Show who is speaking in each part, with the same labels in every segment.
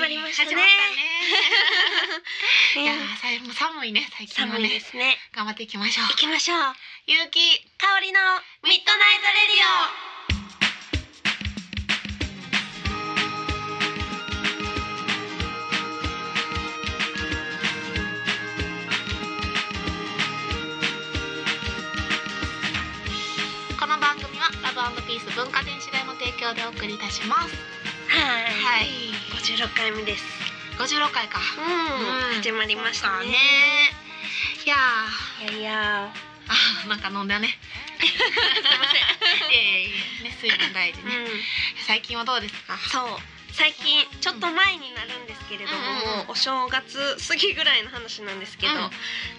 Speaker 1: まりましたね。
Speaker 2: 始 まったね。いや
Speaker 1: ね
Speaker 2: ー、さいもう寒いね、最近は
Speaker 1: 寒いで
Speaker 2: ね。
Speaker 1: すね。
Speaker 2: 頑張っていきましょう。
Speaker 1: 行きましょう。
Speaker 2: ゆうき。
Speaker 1: 香りのミッドナイトレディ
Speaker 2: この番組はラブピース文化電子代の提供でお送りいたします。
Speaker 1: オ。はい。
Speaker 2: はい。
Speaker 1: 五十六回目です。
Speaker 2: 五十六回か。
Speaker 1: うん
Speaker 2: うん
Speaker 1: 始まりましたね。
Speaker 2: いやー、
Speaker 1: いやいや。
Speaker 2: あ、なんか飲んだね。
Speaker 1: すいま
Speaker 2: いやいやいや、ね、水分大事
Speaker 1: せん。
Speaker 2: ね。
Speaker 1: うん。
Speaker 2: 最近はどうですか。
Speaker 1: そう。最近ちょっと前になるんですけれども、
Speaker 2: うんうんうん
Speaker 1: お正月過ぎぐらいの話なんですけど、
Speaker 2: うん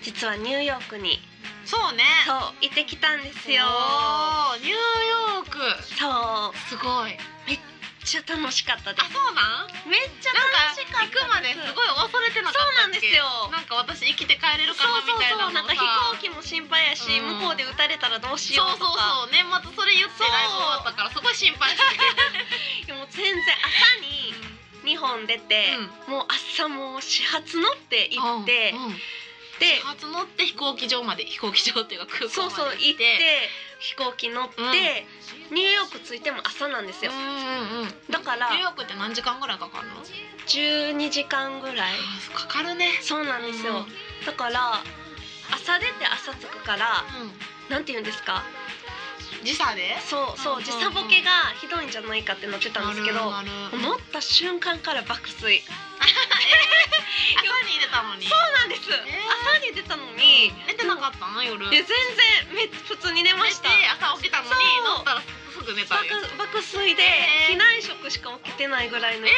Speaker 1: 実はニューヨークに
Speaker 2: そうね。
Speaker 1: そう行ってきたんですよ。
Speaker 2: おーニューヨーク。
Speaker 1: そう。
Speaker 2: すごい。
Speaker 1: めっちゃ楽しかったで
Speaker 2: あ、
Speaker 1: す。
Speaker 2: そうなん。
Speaker 1: めっちゃ
Speaker 2: なん
Speaker 1: 楽
Speaker 2: か
Speaker 1: しかった
Speaker 2: 行くまですすごい恐れてなかった
Speaker 1: そうなん
Speaker 2: っけ
Speaker 1: ですよ
Speaker 2: なんか私生きて帰れるかなみたいな
Speaker 1: そうそうそうな
Speaker 2: の
Speaker 1: ん
Speaker 2: を
Speaker 1: か
Speaker 2: さ
Speaker 1: 飛行機も心配やし、
Speaker 2: うん
Speaker 1: 向こうで撃たれたらどうしよ
Speaker 2: そう
Speaker 1: うと
Speaker 2: そう
Speaker 1: か
Speaker 2: そう年末それ言ってライブ終わったからすごい心配して
Speaker 1: でも全然朝に日本出て、もう朝もう始発乗って行って、
Speaker 2: うんうん
Speaker 1: で
Speaker 2: 始発乗って飛行機場まで飛行機場っていうか空港
Speaker 1: そうそう
Speaker 2: まで
Speaker 1: 行
Speaker 2: 行
Speaker 1: っ
Speaker 2: ってて
Speaker 1: 飛行機乗って、
Speaker 2: うん
Speaker 1: ニューヨーク着いても朝なんですよ
Speaker 2: うんうんうん
Speaker 1: だから
Speaker 2: ニューヨークって何時間ぐらいかかるの
Speaker 1: 12時間ぐらい
Speaker 2: あかかるね
Speaker 1: そうなんです
Speaker 2: う
Speaker 1: よ
Speaker 2: ん
Speaker 1: だから朝出て朝着くからなんて言うんですか
Speaker 2: 時差で
Speaker 1: そう
Speaker 2: う
Speaker 1: そ
Speaker 2: ん
Speaker 1: う
Speaker 2: うん
Speaker 1: 時差ボケがひどいんじゃないかってなってたんですけど
Speaker 2: なるなる
Speaker 1: 乗った瞬間から爆睡
Speaker 2: 朝に出たのに
Speaker 1: そうなんです、
Speaker 2: ー
Speaker 1: 朝に出たのに
Speaker 2: 出てなかったの夜
Speaker 1: え全然め普通に寝ま
Speaker 2: 寝
Speaker 1: してた
Speaker 2: 朝起きたのに
Speaker 1: そう
Speaker 2: 乗ったらすぐ寝た
Speaker 1: 爆
Speaker 2: ん
Speaker 1: 爆
Speaker 2: や
Speaker 1: 睡で
Speaker 2: え
Speaker 1: 機
Speaker 2: ー
Speaker 1: 内食しか起きてないぐらいの勢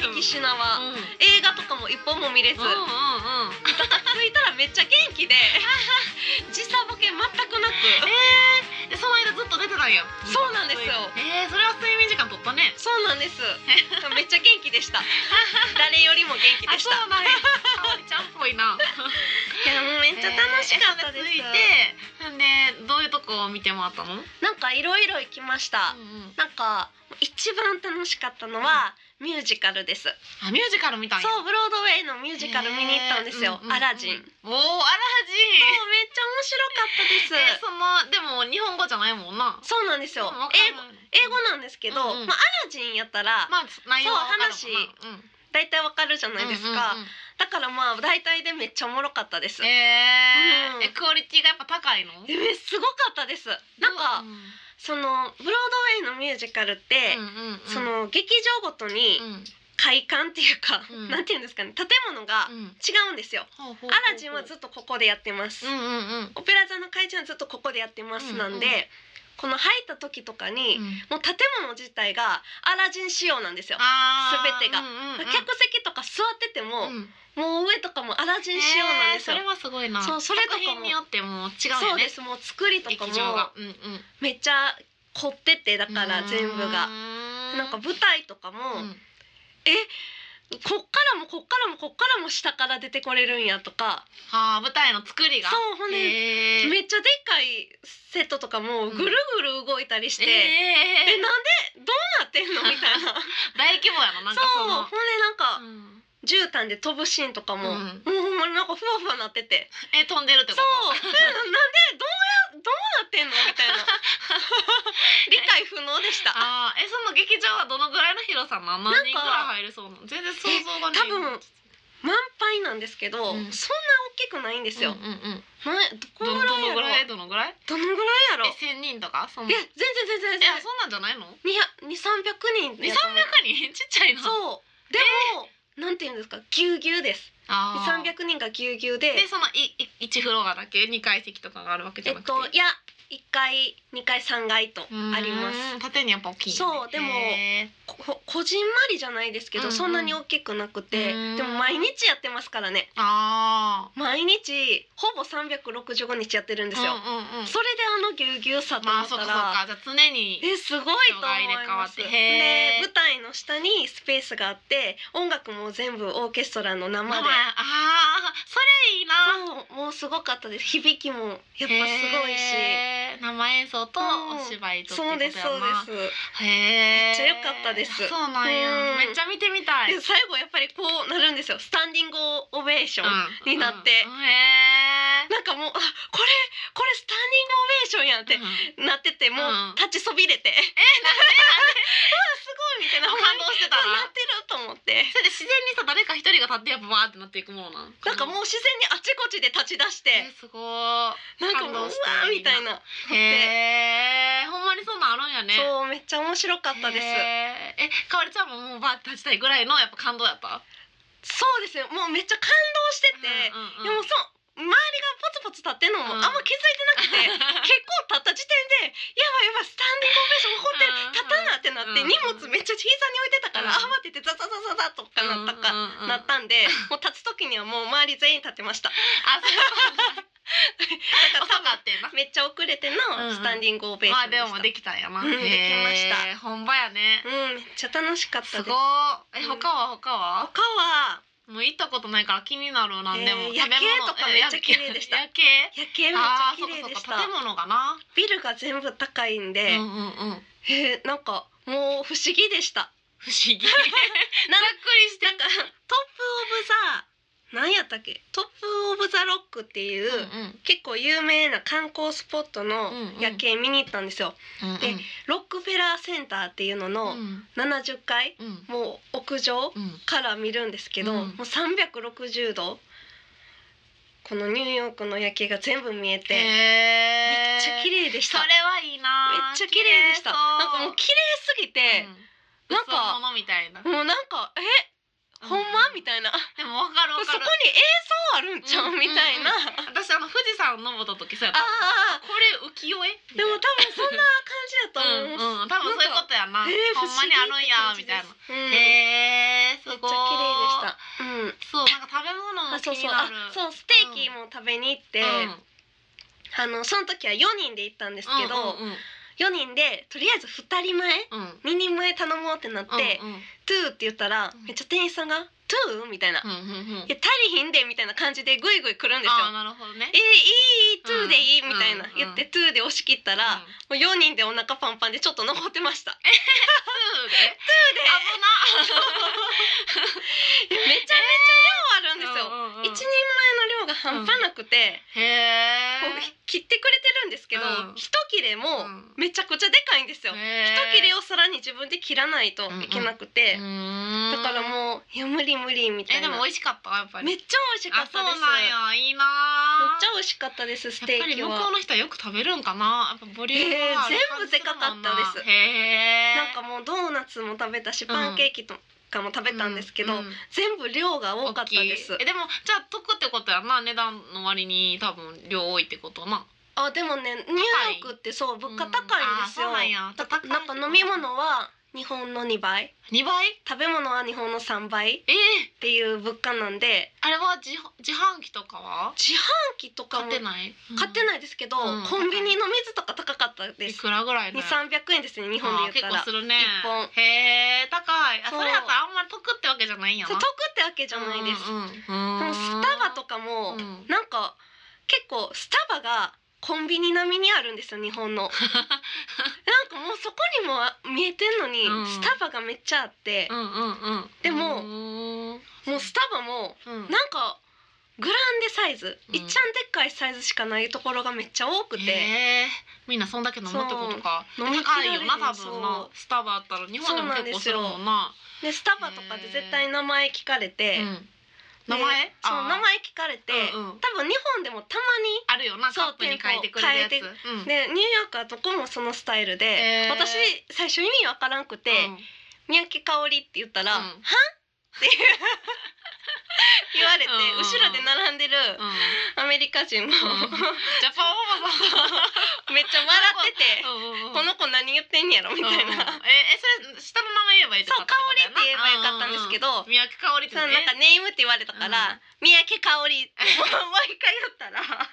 Speaker 1: いで
Speaker 2: えー
Speaker 1: 行きしなは、
Speaker 2: うん
Speaker 1: 映画とかも一本も見れず、
Speaker 2: うんうんうん
Speaker 1: 着いたらめっちゃ元気 で時差ボケ全くなく
Speaker 2: でその間ずっと出てないやん
Speaker 1: そうなんですよ
Speaker 2: えー、それは睡眠時間取ったね
Speaker 1: そうなんです めっちゃ元気でした誰よりも元気でした
Speaker 2: うなんや かおりちゃんっぽいな
Speaker 1: いやもうめっちゃ楽しかったです、
Speaker 2: えーそれでついてんでどういうとこを見てもらったの、うん
Speaker 1: なんかいろいろ行きました、
Speaker 2: うん、
Speaker 1: なんか一番楽しかったのはミュージカルです
Speaker 2: あミュージカル見たんや
Speaker 1: そうブロードウェイのミュージカル見に行ったんですよ、
Speaker 2: えーううう
Speaker 1: アラジンそうめっ
Speaker 2: おーアラジン
Speaker 1: ちゃ面白かった
Speaker 2: え
Speaker 1: で
Speaker 2: ー
Speaker 1: す、
Speaker 2: そのでも日本語じゃないもんな
Speaker 1: そうなんですよ
Speaker 2: わか
Speaker 1: 英
Speaker 2: る
Speaker 1: 語英語なんですけど、
Speaker 2: うんうん
Speaker 1: まあ、アラジンやったら
Speaker 2: まあ内容はわかるもんな
Speaker 1: そう
Speaker 2: うん
Speaker 1: 大体わかるじゃないですか、
Speaker 2: うんうんうん
Speaker 1: だからまあ大体でめっちゃおもろかったです、
Speaker 2: えー
Speaker 1: うん
Speaker 2: えクオリティがやっぱ高いの
Speaker 1: えめすごかったですなんか、
Speaker 2: うん
Speaker 1: そのブロードウェイのミュージカルって、
Speaker 2: うんうんうん
Speaker 1: その劇場ごとに
Speaker 2: うん
Speaker 1: 会館っていうか、
Speaker 2: うん
Speaker 1: なんていうんですかね建物が
Speaker 2: うん
Speaker 1: 違うんですよ、
Speaker 2: ほうほうほうほう
Speaker 1: アラジンはずっとここでやってます、
Speaker 2: うんうんうん
Speaker 1: オペラ座の会場はずっとここでやってますなんで、
Speaker 2: うんう
Speaker 1: この入った時とかに、もう建物自体がアラジン仕様なんですよ。
Speaker 2: あー
Speaker 1: 全てが
Speaker 2: うんうんうん
Speaker 1: 客席とか座ってても、
Speaker 2: うん
Speaker 1: もう上とかもアラジン仕様なんですよ。
Speaker 2: えーそれはすごいな
Speaker 1: そうそれとかも
Speaker 2: 作品によっても違う
Speaker 1: そ
Speaker 2: よ
Speaker 1: う
Speaker 2: ね
Speaker 1: です。もう作りとかも
Speaker 2: 劇場が、うんうん、
Speaker 1: めっちゃ凝っててだから全部
Speaker 2: う
Speaker 1: が。
Speaker 2: ー
Speaker 1: なんか舞台とかも、
Speaker 2: うん
Speaker 1: こっからもこっからもこっからも下から出てこれるんやとか
Speaker 2: はあ舞台の作りが
Speaker 1: そうほんで、
Speaker 2: へー
Speaker 1: めっちゃでっかいセットとかもぐるぐる動いたりして、
Speaker 2: え
Speaker 1: え
Speaker 2: ー
Speaker 1: なんでどうなってんのみたい な
Speaker 2: 大規模やななんか
Speaker 1: そ
Speaker 2: そう
Speaker 1: ほんで
Speaker 2: の
Speaker 1: なんか、
Speaker 2: うん
Speaker 1: 絨毯で飛ぶシーンとかも、
Speaker 2: うん
Speaker 1: もうほんまになんかふわふわなってて
Speaker 2: え飛んでるって
Speaker 1: そう
Speaker 2: こと
Speaker 1: なんでどうやどうなってんのみたい な理解不能でした
Speaker 2: あーえその劇場はどのぐらいの広さなの何人ぐらい入れそうなの全然想像がない
Speaker 1: 多分満杯なんですけど、
Speaker 2: うん
Speaker 1: そんな大きくないんですよ、
Speaker 2: うんうんうん
Speaker 1: まどこ
Speaker 2: ど
Speaker 1: ぐ
Speaker 2: ど
Speaker 1: らい
Speaker 2: の
Speaker 1: やろ
Speaker 2: ぐらいどのぐらい
Speaker 1: どのぐらいやろ
Speaker 2: え千人とかその
Speaker 1: いや
Speaker 2: い
Speaker 1: 全然全然全然
Speaker 2: やそんなんじゃないの
Speaker 1: 2 3 0 0人
Speaker 2: 二
Speaker 1: や
Speaker 2: 三
Speaker 1: と思う
Speaker 2: 百人ちっちゃいな
Speaker 1: そうでも、なんていうんですかぎゅうぎゅうです
Speaker 2: あー
Speaker 1: 300人がぎゅうぎゅうで
Speaker 2: でそのいい一フロアだけ二階席とかがあるわけじ
Speaker 1: え
Speaker 2: ゃ
Speaker 1: っ
Speaker 2: なくて、
Speaker 1: といや1階2階3階と
Speaker 2: うーん
Speaker 1: あります
Speaker 2: 縦にやっぱ大きいね
Speaker 1: そうでも
Speaker 2: へ
Speaker 1: こここじんまりじゃないですけど、
Speaker 2: うんうん
Speaker 1: そんなに大きくなくて、
Speaker 2: うん
Speaker 1: でも毎日やってますからね
Speaker 2: ーあ
Speaker 1: 毎日ほぼ365日やってるん
Speaker 2: ー
Speaker 1: ですよ、
Speaker 2: うんうんうん
Speaker 1: それであのぎゅうぎゅうさと
Speaker 2: ま
Speaker 1: 思
Speaker 2: あ
Speaker 1: っ
Speaker 2: そ
Speaker 1: た、
Speaker 2: っからそっかじゃあ常に
Speaker 1: えすごいと思います
Speaker 2: 人が入れ替わってへ
Speaker 1: で
Speaker 2: ー
Speaker 1: 舞台の下にスペースがあって音楽も全部オーケストラの生で
Speaker 2: まあまああーそれいいな
Speaker 1: そうもうすごかったです響きもやっぱすごいし
Speaker 2: へ生演奏と
Speaker 1: うん
Speaker 2: お芝居とってい
Speaker 1: そうう
Speaker 2: ことや
Speaker 1: です
Speaker 2: な
Speaker 1: そうです
Speaker 2: へえ
Speaker 1: めっちゃ良かったです
Speaker 2: そうなんや
Speaker 1: うん
Speaker 2: めっちゃ見てみたい
Speaker 1: で最後やっぱりこうなるんですよスタンディングオベーション、
Speaker 2: うん
Speaker 1: になって
Speaker 2: うんへ
Speaker 1: なんかもうあこれこれスタンディングオベーションやんっ
Speaker 2: え
Speaker 1: て、なっててもう
Speaker 2: うん
Speaker 1: 立ちそびれて、えなんで わあすごいみたいな
Speaker 2: 感動してた
Speaker 1: な
Speaker 2: な
Speaker 1: ってると思って
Speaker 2: それで自然にさ誰か一人が立ってやっぱわーってなっていくものなん
Speaker 1: なんかもう自然にあちこちで立ち出し
Speaker 2: え
Speaker 1: て、
Speaker 2: すごー
Speaker 1: なんかもうう
Speaker 2: 感動
Speaker 1: わ
Speaker 2: して
Speaker 1: ーみたいな、
Speaker 2: へえほんまにそんなんあるんやねう
Speaker 1: そうめっちゃ面白かったです、
Speaker 2: えかおりちゃんももうバーって立ちたいぐらいのやっぱ感動やった
Speaker 1: そうですねもうめっちゃ感動してて、
Speaker 2: うん
Speaker 1: で
Speaker 2: うんうん
Speaker 1: もそう周りがポツポツ立ってんのもあんま気づいてなくて、結構立った時点でやばいやばいスタンディングオベーション怒ってる立たなってなって、
Speaker 2: うん
Speaker 1: 荷物めっちゃ膝に置いてたから、
Speaker 2: うん
Speaker 1: 慌ててザザザザザとかなったか、
Speaker 2: うんうんうん
Speaker 1: なったんでもう立つ時にはもう周り全員立ってました
Speaker 2: あそう
Speaker 1: だから多
Speaker 2: 遅
Speaker 1: 分
Speaker 2: かってんな
Speaker 1: めっちゃ遅れての
Speaker 2: うんうん
Speaker 1: スタンディングオベーシ
Speaker 2: ま
Speaker 1: ョ
Speaker 2: あ
Speaker 1: ンで
Speaker 2: で
Speaker 1: した、
Speaker 2: もできたんやな
Speaker 1: うんできました
Speaker 2: へーほんまやね
Speaker 1: うんめっちゃ楽しかっ
Speaker 2: す
Speaker 1: た
Speaker 2: ご
Speaker 1: です
Speaker 2: ーえ
Speaker 1: うん
Speaker 2: 他は他は
Speaker 1: 他は
Speaker 2: もう行ったことないから気になるなんでも
Speaker 1: えー夜景とかめっちゃ綺麗でした
Speaker 2: え夜景
Speaker 1: 夜景めっち
Speaker 2: あ
Speaker 1: ゃ
Speaker 2: あー
Speaker 1: 綺
Speaker 2: そうか
Speaker 1: 麗でし
Speaker 2: そう
Speaker 1: た
Speaker 2: か建物がな
Speaker 1: ビルが全部高いん
Speaker 2: うん
Speaker 1: で、
Speaker 2: うんうん
Speaker 1: えーなんかもう不思議でした
Speaker 2: 不思 議
Speaker 1: な
Speaker 2: ざっくりして
Speaker 1: なんかトップオブザなんやったっけトップオブザロックっていう、
Speaker 2: うんうん
Speaker 1: 結構有名な観光スポットの
Speaker 2: うんうん
Speaker 1: 夜景見に行ったんですよ、
Speaker 2: うんうん
Speaker 1: でロックフェラーセンターっていうのの
Speaker 2: うん
Speaker 1: 70階、
Speaker 2: うん
Speaker 1: もう屋上
Speaker 2: うん
Speaker 1: から見るんですけど、
Speaker 2: うん
Speaker 1: もう360度このニューヨークの夜景が全部見えて、め
Speaker 2: め
Speaker 1: っちゃ綺
Speaker 2: 麗
Speaker 1: 麗でし
Speaker 2: そ
Speaker 1: ためっ
Speaker 2: れはいいな
Speaker 1: ちゃ綺麗でしたなんかもう
Speaker 2: 綺
Speaker 1: 綺麗すぎて、
Speaker 2: うん
Speaker 1: なんか
Speaker 2: 薄物みたいな
Speaker 1: もうなんかえほんまみたいな
Speaker 2: でもわかるわ
Speaker 1: そ
Speaker 2: か
Speaker 1: こに
Speaker 2: る
Speaker 1: 映像あるんちゃう、
Speaker 2: うん
Speaker 1: みたいな、
Speaker 2: 私あの富士山登った時そうやった
Speaker 1: ああ
Speaker 2: これ浮世絵みた
Speaker 1: で
Speaker 2: い
Speaker 1: も
Speaker 2: な
Speaker 1: 多分そんな感じだと思います、
Speaker 2: うんうん多分そういうことやな、
Speaker 1: えー
Speaker 2: ほんまにあるんやみたいな、
Speaker 1: 不思議って
Speaker 2: へえす
Speaker 1: 感じですうん、めっ
Speaker 2: ごい
Speaker 1: ちゃ綺麗でしたうんあそうそうあそ
Speaker 2: そうなんか食べ物も気になる
Speaker 1: うステーキも食べに行って、
Speaker 2: うん
Speaker 1: あのその時は4人で行ったんですけど、
Speaker 2: うんうん
Speaker 1: 4人でとりあえず2人前
Speaker 2: うんう
Speaker 1: 2
Speaker 2: ん
Speaker 1: 人前頼もうってなって「
Speaker 2: うんうん
Speaker 1: トゥー」って言ったら
Speaker 2: うん
Speaker 1: めっちゃ店員さんが「トゥー?」みたいな「
Speaker 2: うんうんうん
Speaker 1: いや足りひんで」みたいな感じでグイグイ来るんです
Speaker 2: あ
Speaker 1: よ。
Speaker 2: ーなるほどね
Speaker 1: えー、いいトゥーでいい、
Speaker 2: うん
Speaker 1: みたいな
Speaker 2: うん
Speaker 1: 言って「トゥー」で押し切ったら、
Speaker 2: うん
Speaker 1: もう4人でお腹パンパンでちょっと残ってました。え
Speaker 2: トゥー
Speaker 1: で
Speaker 2: で 危
Speaker 1: めちゃめちゃ量あるんです
Speaker 2: な
Speaker 1: よ。
Speaker 2: うんうんうん
Speaker 1: 一人前の量が半端なくて、
Speaker 2: へえ
Speaker 1: こう切ってくれてるんですけど、
Speaker 2: うん
Speaker 1: 一切れも
Speaker 2: うん
Speaker 1: めちゃくちゃでかいんですよ。一切れをさらに自分で切らないといけなくて、だから
Speaker 2: う
Speaker 1: もういや無理無理みた
Speaker 2: え
Speaker 1: い
Speaker 2: で
Speaker 1: な。
Speaker 2: も美味しかったやっぱり
Speaker 1: めっちゃ美味しかったです。
Speaker 2: あそうなんやいいな
Speaker 1: めっちゃ
Speaker 2: ー
Speaker 1: 美味しかったですス
Speaker 2: や
Speaker 1: テ
Speaker 2: っぱ
Speaker 1: ー
Speaker 2: り
Speaker 1: キ
Speaker 2: 向
Speaker 1: は。
Speaker 2: こうの人はよく食べるんかなやっぱボリュームがある
Speaker 1: へー全部でかかったです
Speaker 2: 感じるもんなへえ
Speaker 1: なんかもうドーナツも食べたし、
Speaker 2: ん
Speaker 1: パンケーキとかも食べたんですけど、
Speaker 2: ううん
Speaker 1: 全部量が多かったで
Speaker 2: 大
Speaker 1: す
Speaker 2: きいえ。でもじゃあ得ってことやな値段の割に多分量多いってことな
Speaker 1: あでもねニューヨークってそう物価高いんですよ。
Speaker 2: うんあそうなんや
Speaker 1: だからなんか飲み物は日本の2倍。
Speaker 2: 2倍
Speaker 1: 食べ物は日本の3倍っ
Speaker 2: えー、
Speaker 1: ていう物価なんで
Speaker 2: あれは自自販機とかは
Speaker 1: 自販機とか
Speaker 2: 買
Speaker 1: も
Speaker 2: ってない
Speaker 1: 買ってないですけど、
Speaker 2: うん
Speaker 1: コンビニの水とか高かった
Speaker 2: うん
Speaker 1: で
Speaker 2: い
Speaker 1: す
Speaker 2: くらぐらい
Speaker 1: 2、
Speaker 2: ね
Speaker 1: 300円ですね日本で言った
Speaker 2: あー結構
Speaker 1: ら
Speaker 2: するね
Speaker 1: 一本
Speaker 2: へえ高いあ
Speaker 1: そ
Speaker 2: そうれやったらあんまり得ってわけじゃないんや
Speaker 1: そ
Speaker 2: な
Speaker 1: う得ってわけじゃないです、
Speaker 2: うんうんうん
Speaker 1: でもスタバとかも、
Speaker 2: うん
Speaker 1: なんか結構スタバがコンビニ並みにあるんですよ日本 のなんかもうそこにもあ見えてんのに、
Speaker 2: うん
Speaker 1: スタバがめっちゃあって
Speaker 2: う、んうんうん
Speaker 1: でも
Speaker 2: うん
Speaker 1: もうスタバも
Speaker 2: うん
Speaker 1: なんかグランデサイズ、
Speaker 2: うん
Speaker 1: いっちゃんでっかいサイズしかないところがめっちゃ多くて、
Speaker 2: へえみんなそんだけ飲むってことか
Speaker 1: そう飲み切
Speaker 2: 高
Speaker 1: られ
Speaker 2: い
Speaker 1: る
Speaker 2: よな多
Speaker 1: そ
Speaker 2: 分
Speaker 1: う
Speaker 2: なスタバあったら日本でも結構するもんな
Speaker 1: でスタバとかで絶対名前聞かれて、
Speaker 2: うん名前
Speaker 1: でそう
Speaker 2: あー
Speaker 1: 名前聞かれて、
Speaker 2: うんうん
Speaker 1: 多分日本でもた
Speaker 2: あるよな
Speaker 1: そう
Speaker 2: カップに変えてくれるやつ
Speaker 1: 店舗
Speaker 2: うん
Speaker 1: まにでニューヨークはどこもそのスタイルで、
Speaker 2: へー
Speaker 1: 私最初意味わからんくて
Speaker 2: うん
Speaker 1: 「三宅香り」って言ったら「
Speaker 2: うん
Speaker 1: はん?」っていう言われて、
Speaker 2: うんうんうん
Speaker 1: 後ろで並んでる
Speaker 2: うん
Speaker 1: アメリカ人 も
Speaker 2: ジャパンママさん
Speaker 1: めっちゃ笑って て
Speaker 2: うん
Speaker 1: 「
Speaker 2: うんうん
Speaker 1: この子何言ってんやろ」みたいな。
Speaker 2: うんうんええそれ下の名前言えばいいと
Speaker 1: そう
Speaker 2: か
Speaker 1: 香りって言えばよかったんですけ
Speaker 2: ど
Speaker 1: ど、
Speaker 2: 三宅香りって
Speaker 1: そのなんかネームって言われたから、三宅香織ってもうもう一回言ったら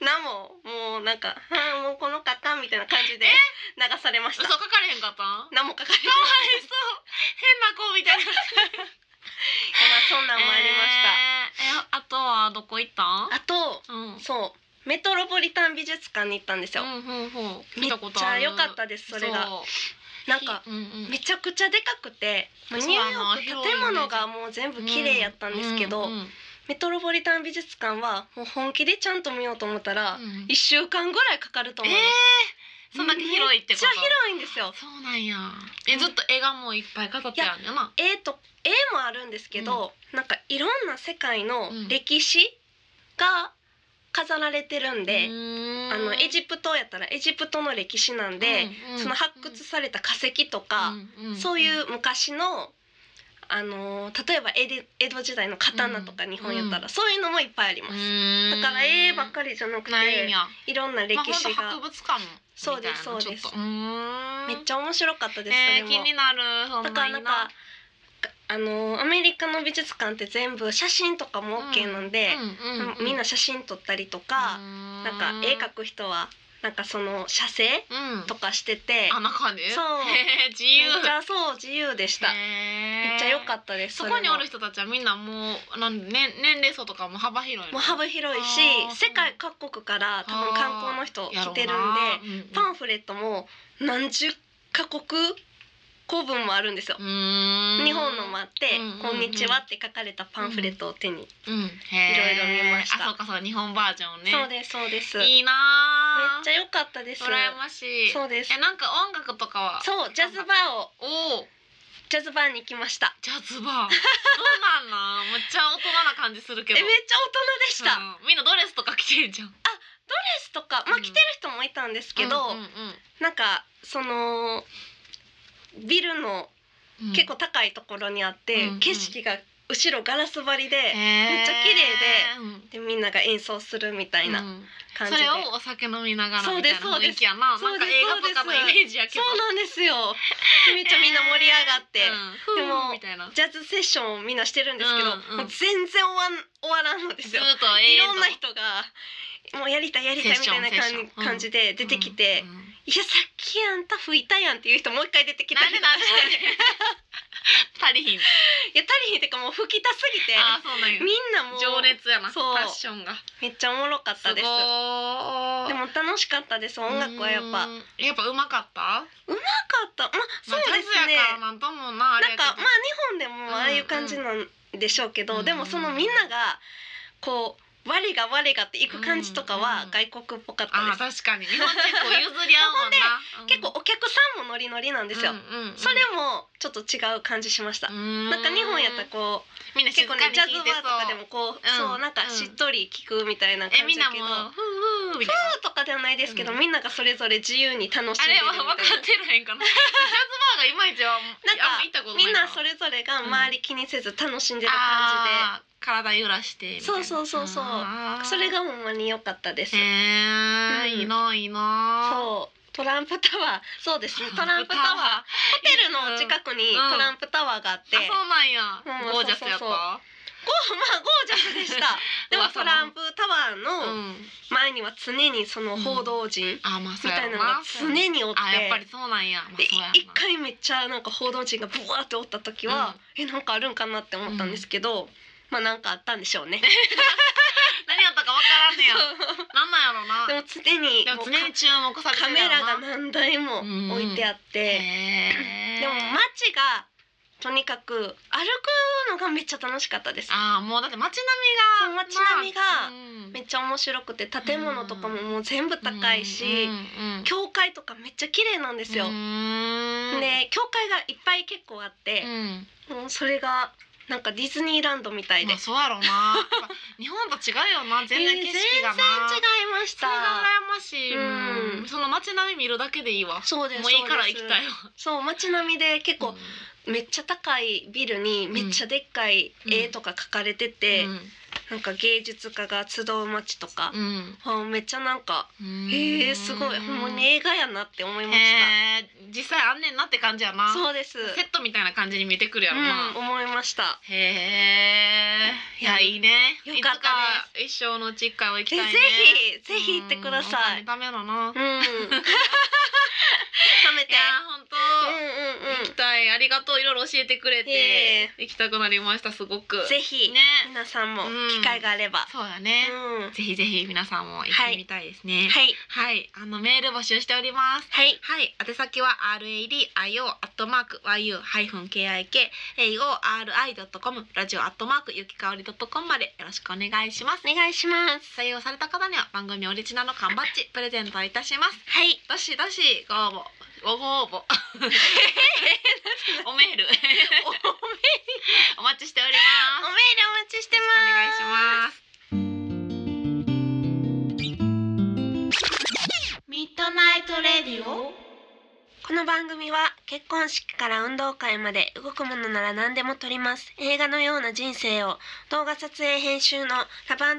Speaker 1: 何ももうなんか「あーもうこの方」みたいな感じで流されまし
Speaker 2: 嘘
Speaker 1: た
Speaker 2: 書かれへんかったん
Speaker 1: 何も書かれて
Speaker 2: かわいそう変な子みたいな
Speaker 1: まあそんなんもありました
Speaker 2: えーえあとはどこ行ったん
Speaker 1: あと
Speaker 2: うん
Speaker 1: そうメトロポリタン美術館に行ったんですよ、
Speaker 2: うんうんうん
Speaker 1: め
Speaker 2: 見
Speaker 1: った
Speaker 2: こと
Speaker 1: ち
Speaker 2: あ
Speaker 1: ゃ
Speaker 2: る
Speaker 1: 良かったですそれがなんか
Speaker 2: うんうん
Speaker 1: めちゃくちゃでかくてもう
Speaker 2: そ
Speaker 1: ニ
Speaker 2: う
Speaker 1: ューヨー
Speaker 2: あの
Speaker 1: ク建物がもう全部綺麗やったんですけど、
Speaker 2: うんうんうん
Speaker 1: メトロポリタン美術館はもう本気でちゃんと見ようと思ったら
Speaker 2: うん
Speaker 1: 1週間ぐらいかかると
Speaker 2: え
Speaker 1: 思い
Speaker 2: ー
Speaker 1: ます、
Speaker 2: そんだけ広いってこと
Speaker 1: めっちゃ広いんですよ
Speaker 2: そうなんやえずっと絵がもういっぱい飾ってあるんやな
Speaker 1: 絵と絵もあるんですけど、なんかいろんな世界の歴史が飾られてるんで、あ
Speaker 2: あ
Speaker 1: のエジプトやったらエジプトの歴史なんで、その発掘された化石とか、そういう昔のあのー例えば江戸江戸時代の刀とか日本やったら、
Speaker 2: う
Speaker 1: そういうのもいっぱいあります。だから絵ばっ
Speaker 2: り
Speaker 1: かりじゃなくて
Speaker 2: ないんや
Speaker 1: いろんな歴
Speaker 2: まあ、ほんと
Speaker 1: 史が、
Speaker 2: 博物館みた
Speaker 1: そう
Speaker 2: いなの
Speaker 1: です
Speaker 2: ちょっ
Speaker 1: そうです
Speaker 2: とうーん
Speaker 1: めっちゃ面白かったです、
Speaker 2: えー
Speaker 1: それ
Speaker 2: 気
Speaker 1: も
Speaker 2: になるそん
Speaker 1: だ
Speaker 2: な
Speaker 1: か
Speaker 2: い
Speaker 1: ら
Speaker 2: い
Speaker 1: なんかあのーアメリカの美術館って全部写真とかも OK なんで、
Speaker 2: うんうんうん、
Speaker 1: みんな写真撮ったりとか、なんか絵描く人はなんかその写生
Speaker 2: うん
Speaker 1: とかしてて、
Speaker 2: あ中で
Speaker 1: そう
Speaker 2: へー 自
Speaker 1: め
Speaker 2: 由
Speaker 1: っちゃそう自由でした。め
Speaker 2: め
Speaker 1: っちゃ良か
Speaker 2: った
Speaker 1: ったです。
Speaker 2: そこに
Speaker 1: れも
Speaker 2: おる人たちはみんなもうなん、ね、年齢層とかも幅広い
Speaker 1: もう幅広いし
Speaker 2: あー
Speaker 1: 世界各国から多分観光の人来てるんで
Speaker 2: んで
Speaker 1: パンフレットも何十カ国古文もあるんですよ。日本のもあって
Speaker 2: うんうんうん
Speaker 1: 「こんにちは」って書かれたパンフレットを手に、
Speaker 2: うん、い
Speaker 1: いろいろ見ました
Speaker 2: あそうかそう日本バージョンね
Speaker 1: そうですそうですめっ
Speaker 2: いいな
Speaker 1: ちゃ良かったです
Speaker 2: 羨ましい
Speaker 1: そうです
Speaker 2: えなんか音楽とかは
Speaker 1: そうジャズバーを
Speaker 2: おお
Speaker 1: ジャズバーに行きました
Speaker 2: ジャズバーどうなんなんめっちゃ大人な感じするけ
Speaker 1: え
Speaker 2: ど
Speaker 1: めっちゃ大人でした、ドレ
Speaker 2: うんみんなドレスとか着てるじゃん
Speaker 1: スとかまあ
Speaker 2: うん
Speaker 1: 着てる人もいたんですけど、
Speaker 2: うんうん
Speaker 1: なんかそのビルの
Speaker 2: うん
Speaker 1: 結構高いところにあって、
Speaker 2: うんうん
Speaker 1: 景色が後ろガラス張りで、
Speaker 2: め
Speaker 1: っちゃ綺麗でで
Speaker 2: で
Speaker 1: みんなが演奏するみたいな感じ
Speaker 2: そ
Speaker 1: で、
Speaker 2: れをお酒飲みながら
Speaker 1: そう
Speaker 2: み
Speaker 1: で
Speaker 2: た
Speaker 1: す
Speaker 2: いな雰囲気やな
Speaker 1: そ
Speaker 2: な
Speaker 1: うんで
Speaker 2: か
Speaker 1: す
Speaker 2: 映画とか
Speaker 1: そう
Speaker 2: の
Speaker 1: です
Speaker 2: イメージやけ
Speaker 1: そ
Speaker 2: ど
Speaker 1: うなんですよ でめっちゃみんな盛り上がって、
Speaker 2: えー
Speaker 1: でも
Speaker 2: うんふーみたいな
Speaker 1: ジャズセッションをみんなしてるんですけど、
Speaker 2: うんうん
Speaker 1: もう全然終わん終わらんのです
Speaker 2: ず
Speaker 1: よ
Speaker 2: っ。と
Speaker 1: い
Speaker 2: 永遠
Speaker 1: ろ
Speaker 2: と
Speaker 1: んな人がもうやりたいやりたいみたいな
Speaker 2: セッ
Speaker 1: 感
Speaker 2: ションセッションうん
Speaker 1: 感じで出てきて、
Speaker 2: うんうん
Speaker 1: いやさっきやんた吹いたやんっていう人もう一回出てきた
Speaker 2: なん
Speaker 1: り
Speaker 2: で
Speaker 1: と
Speaker 2: な
Speaker 1: か
Speaker 2: んで
Speaker 1: して
Speaker 2: 足り
Speaker 1: い
Speaker 2: ひん
Speaker 1: や足りひんっていうかもう吹きたすぎて
Speaker 2: あーそうなんや
Speaker 1: みんなもう
Speaker 2: 情熱やな
Speaker 1: そう
Speaker 2: パッションが
Speaker 1: めっちゃおもろかっ
Speaker 2: す
Speaker 1: た
Speaker 2: ご
Speaker 1: で
Speaker 2: い
Speaker 1: すでも楽しかったです音楽はやっぱうまか
Speaker 2: うーんやっぱうまかった
Speaker 1: ったまあそう
Speaker 2: ま
Speaker 1: で
Speaker 2: あジャ
Speaker 1: す
Speaker 2: ズ
Speaker 1: ね
Speaker 2: やからなんともなあ
Speaker 1: な
Speaker 2: れや
Speaker 1: ん
Speaker 2: け
Speaker 1: かまあ日本
Speaker 2: ど
Speaker 1: でもああいう感じなんでしょうけど、
Speaker 2: うん
Speaker 1: でもそのみんながこう我が我がっていく感じとか
Speaker 2: う
Speaker 1: は
Speaker 2: ん
Speaker 1: 外国っぽかった
Speaker 2: あ
Speaker 1: で
Speaker 2: ー
Speaker 1: す、
Speaker 2: 確かに日本人こう譲り合うもんな、うん
Speaker 1: 結構お客さんもノリノリなんですよ、
Speaker 2: うんうんうん
Speaker 1: それもちょっと違う感じしました、な
Speaker 2: な
Speaker 1: んか日本やったらこう
Speaker 2: みんな
Speaker 1: 結
Speaker 2: 静
Speaker 1: 構ね
Speaker 2: かに
Speaker 1: ジャズ
Speaker 2: 聞いて
Speaker 1: バーとかで
Speaker 2: そ
Speaker 1: も
Speaker 2: う
Speaker 1: こう、
Speaker 2: うん
Speaker 1: そうなんかしっとり聞くみたいな感
Speaker 2: えみ
Speaker 1: じ
Speaker 2: んな
Speaker 1: だ
Speaker 2: も
Speaker 1: けど、
Speaker 2: うふうふうみたいな
Speaker 1: そうとかではないですけど、
Speaker 2: う
Speaker 1: み
Speaker 2: ん
Speaker 1: んながそれぞれ自由に楽しん
Speaker 2: あ
Speaker 1: でるみたい
Speaker 2: れは分か
Speaker 1: な
Speaker 2: ってらへんかなジャズバーがいまいちは
Speaker 1: なんか
Speaker 2: あま行ったこと
Speaker 1: みん
Speaker 2: ない
Speaker 1: なそれぞれが周り気にせず楽しんでる感じで、
Speaker 2: あー体揺らしてみたいな
Speaker 1: そうそうそうそう
Speaker 2: あー
Speaker 1: それがほんまに良かったです
Speaker 2: へ。え、
Speaker 1: うん
Speaker 2: いいないいな
Speaker 1: そう、トランプタワー、そうですね、トランプタワー、ホテルの近くに
Speaker 2: うん
Speaker 1: トランプタワーがあって、
Speaker 2: あそうなんや、
Speaker 1: うん
Speaker 2: ゴージャスやった
Speaker 1: そうそうそうゴー まあゴージャスで した。でも
Speaker 2: 噂
Speaker 1: ト
Speaker 2: の
Speaker 1: ランプタワーの
Speaker 2: ん、
Speaker 1: 前には常にその報道陣
Speaker 2: あまあ
Speaker 1: み
Speaker 2: そうや
Speaker 1: たい
Speaker 2: ろ
Speaker 1: なの
Speaker 2: な
Speaker 1: が常におって。
Speaker 2: あやっぱりそうなんや、まあ、
Speaker 1: でい
Speaker 2: そうやな
Speaker 1: 一回めっちゃなんか報道陣がブワーっておった時は、えなんかあるんかなって思ったんですけど、まあなんかあったんでしょうね。
Speaker 2: 何やったか分からんねやなんなんや
Speaker 1: で
Speaker 2: ろな
Speaker 1: も常に
Speaker 2: でも
Speaker 1: もう
Speaker 2: 常に注目されて
Speaker 1: カ
Speaker 2: るや
Speaker 1: メ
Speaker 2: ろ
Speaker 1: ラが
Speaker 2: な
Speaker 1: 何台も置いてあって。
Speaker 2: へー
Speaker 1: でも街がとにかく歩くのがめっちゃ楽しかったです。
Speaker 2: ああもうだって街並みが
Speaker 1: そう街並みが
Speaker 2: まあうん
Speaker 1: めっちゃ面白くて建物とかももう全部高いし、
Speaker 2: うんうん
Speaker 1: 教会とかめっちゃ綺麗なんですよ。
Speaker 2: う
Speaker 1: で
Speaker 2: ーん
Speaker 1: 教会がいっぱい結構あって
Speaker 2: う、ん
Speaker 1: もうそれがなんかディズニーランドみたいで、
Speaker 2: まあそうやろなやっぱ日本と違う よな全然景色がな、
Speaker 1: えー全然違いまし
Speaker 2: それが
Speaker 1: た。
Speaker 2: 羨ましい、
Speaker 1: うん
Speaker 2: うんその街並み見るだけでいいわ
Speaker 1: そうです。
Speaker 2: もういいから行きたい
Speaker 1: い。
Speaker 2: わ
Speaker 1: そう街並みで結構めっちゃ高いビルにめっちゃでっかい絵とか描かれてて、なんか芸術家が集う街とか
Speaker 2: う、ん
Speaker 1: あめっちゃなんか
Speaker 2: うん
Speaker 1: へえすごいほんまに映画やなって思いまし
Speaker 2: へえ実際あんねんなって感じやな
Speaker 1: たそうです
Speaker 2: セットみたいな感じに見えてくるや
Speaker 1: う
Speaker 2: ろな、
Speaker 1: ん思いました
Speaker 2: へえ。いやいいね。
Speaker 1: よかった
Speaker 2: いつか一生のうち一回は行き
Speaker 1: え
Speaker 2: た
Speaker 1: ぜ
Speaker 2: い
Speaker 1: ひ
Speaker 2: ね。
Speaker 1: ぜひ行ってくださ
Speaker 2: う
Speaker 1: い
Speaker 2: んお金た めだな。
Speaker 1: うん食べ
Speaker 2: い
Speaker 1: て
Speaker 2: や本当、
Speaker 1: うんうんうん
Speaker 2: 行きたい。はい、ありがとう。いろいろ教えてくれて
Speaker 1: え、
Speaker 2: 行きたくなりました。すごく。
Speaker 1: ぜひ、
Speaker 2: ね。
Speaker 1: 皆さんも
Speaker 2: うん
Speaker 1: 機会があれば、
Speaker 2: そうだ
Speaker 1: う
Speaker 2: ね。
Speaker 1: ん、
Speaker 2: ぜひぜひ皆さんも行ってみたいですね。
Speaker 1: はい
Speaker 2: はい、あのメール募集しております。
Speaker 1: はい
Speaker 2: はい、宛先は r a d i o アットマーク y u ハイフン k i k a o r i ドットコムラジオアットマークゆきかおりドットコムまでよろしくお願いします。
Speaker 1: お願いします
Speaker 2: 採用された方には番組オリジナルの缶バッジプレゼントいたします。
Speaker 1: はい
Speaker 2: どしどしご応募、ご 応募、 おメー
Speaker 1: おメール
Speaker 2: ル、お待ちしており
Speaker 1: お
Speaker 2: ます。
Speaker 1: 待ちして
Speaker 2: よろしくお願いします。
Speaker 1: ミッドナイトレディオこの番組は結婚式から運動会まで動くものなら何でも撮ります映画のような人生を動画撮影編集のラ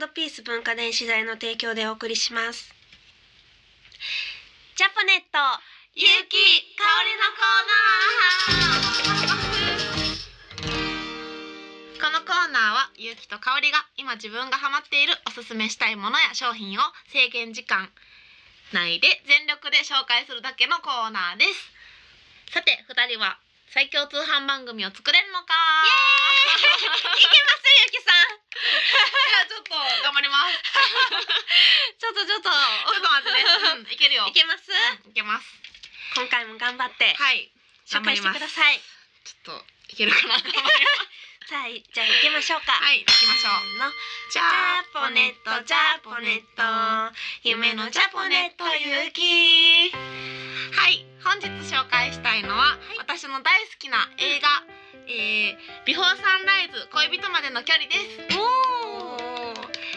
Speaker 1: ブピース文化電子台の提供でお送りしますジャポネットゆうきかおりのコーナー
Speaker 2: このコーナーはゆうきと香りが今自分がハマっているおすすめしたいものや商品を制限時間内で全力で紹介するだけのコーナーですさて二人は最強通販番組を作れるのか
Speaker 1: いけますゆうきさん
Speaker 2: いやちょっと頑張ります
Speaker 1: ちょっとちょっと
Speaker 2: ちょっと待ってね、うん、いけるよ
Speaker 1: いけます
Speaker 2: うんいけます
Speaker 1: 今回も頑張って
Speaker 2: はい
Speaker 1: 紹介してください
Speaker 2: ちょっといける かな頑張ります
Speaker 1: さあじゃあ行きましょうか
Speaker 2: はい行きましょう
Speaker 1: せーの
Speaker 2: ジ
Speaker 1: ジャポネットジャポネット夢のジャポネットゆうき
Speaker 2: はい、本日紹介したいのは、私の大好きな映画、えー、ビフォーサンライズ恋人までの距離です。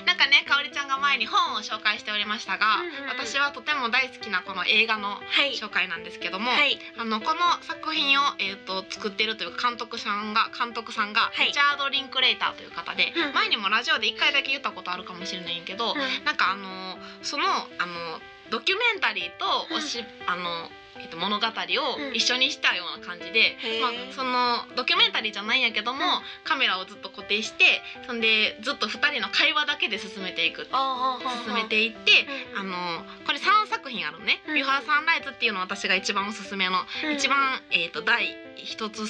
Speaker 2: なんかね、かおりちゃんが前に本を紹介しておりましたが、
Speaker 1: うんうん
Speaker 2: 私はとても大好きなこの映画の
Speaker 1: はい
Speaker 2: 紹介なんですけども、
Speaker 1: はい
Speaker 2: あのこの作品をえっ、と作ってるというか監督さんが監督さんが
Speaker 1: はい
Speaker 2: リチャード・リンクレーターという方で、
Speaker 1: うんうん
Speaker 2: 前にもラジオで一回だけ言ったことあるかもしれないんやけど、なんかあのそのあのドキュメンタリーとおし、あのえっと物語を
Speaker 1: うん
Speaker 2: 一緒にしたような感じで、
Speaker 1: へー
Speaker 2: まあそのドキュメンタリーじゃないんやけども、
Speaker 1: うん
Speaker 2: カメラをずっと固定してそんでずっと2人の会話だけで進めていく進
Speaker 1: 進
Speaker 2: めていって。あのこれ3作品あるのね「
Speaker 1: うん
Speaker 2: ビフォーサンライズ」っていうの私が一番おすすめの、一番、えっと第一つ、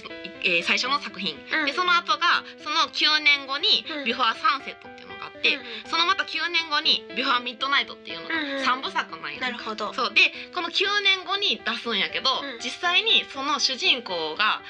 Speaker 2: えー最初の作品、でそ
Speaker 1: の
Speaker 2: の後がその9年後に
Speaker 1: うん
Speaker 2: 「ビフォーサンセット」っていうのがあって、そのまた9年後に「ビフォーミッドナイト」っていうのが
Speaker 1: うんうん
Speaker 2: 3部作なんよ、
Speaker 1: なるほど
Speaker 2: そうでこの9年後に出すんやけど、
Speaker 1: うん
Speaker 2: 実際にその主人公が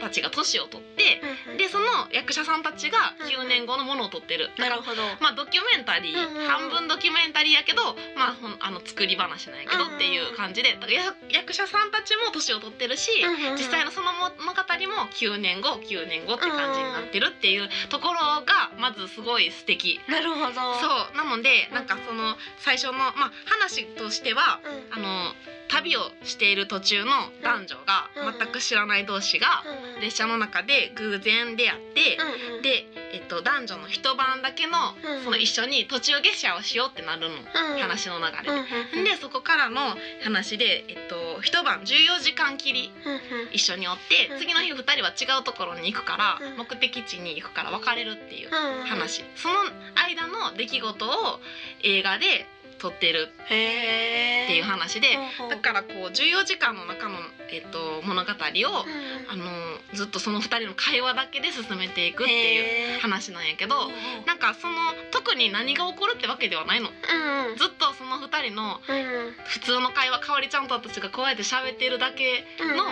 Speaker 2: たちが年を取って、
Speaker 1: うんうん
Speaker 2: でその役者さんたちが
Speaker 1: うんうん
Speaker 2: 9年後のものを取ってる、
Speaker 1: なるほど
Speaker 2: まあドキュメンタリー、
Speaker 1: うんうん
Speaker 2: 半分ドキュメンタリーやけど、まあ、ほんあの作り話なんやけど
Speaker 1: うんうん
Speaker 2: っていう感じでだからや役者さんたちも年を取ってるし、実際
Speaker 1: の
Speaker 2: のその物語も9年後9年後って感じになってるっていうところがまずすごい素敵
Speaker 1: なるほど
Speaker 2: そうなので
Speaker 1: うん
Speaker 2: なんかその最初の、まあ、話としては
Speaker 1: うん
Speaker 2: あの旅をしている途中の男女が
Speaker 1: うん
Speaker 2: 全く知らない同士が
Speaker 1: うんうん
Speaker 2: 列車の中で偶然出会って
Speaker 1: うんうん
Speaker 2: で、えっと、男女の一晩だけの
Speaker 1: うん
Speaker 2: その一緒に途中下車をしようってなるの
Speaker 1: うん
Speaker 2: 話の流
Speaker 1: うんう
Speaker 2: れ
Speaker 1: んうん
Speaker 2: で。でそこからの話で、えっと、一晩14時間きり
Speaker 1: うんうん
Speaker 2: 一緒におって
Speaker 1: うん
Speaker 2: 次の日2人は違うところに行くから
Speaker 1: うん
Speaker 2: 目的地に行くから別れるっていう
Speaker 1: うんうん
Speaker 2: 話その間の出来事を映画で撮ってる
Speaker 1: へえ
Speaker 2: っていう話で
Speaker 1: ほうほう
Speaker 2: だからこう14時間の中の、えっと、物語を
Speaker 1: うんうん
Speaker 2: あのずっとその2人の会話だけで進めていくっていう
Speaker 1: へえ
Speaker 2: 話なんやけど
Speaker 1: ほうほう
Speaker 2: なんかその特に何が起こるってわけではないの
Speaker 1: うんうん
Speaker 2: ずっとその2人の
Speaker 1: うんうん
Speaker 2: 普通の会話かおりちゃんと私がこうやって喋ってるだけ
Speaker 1: うん
Speaker 2: の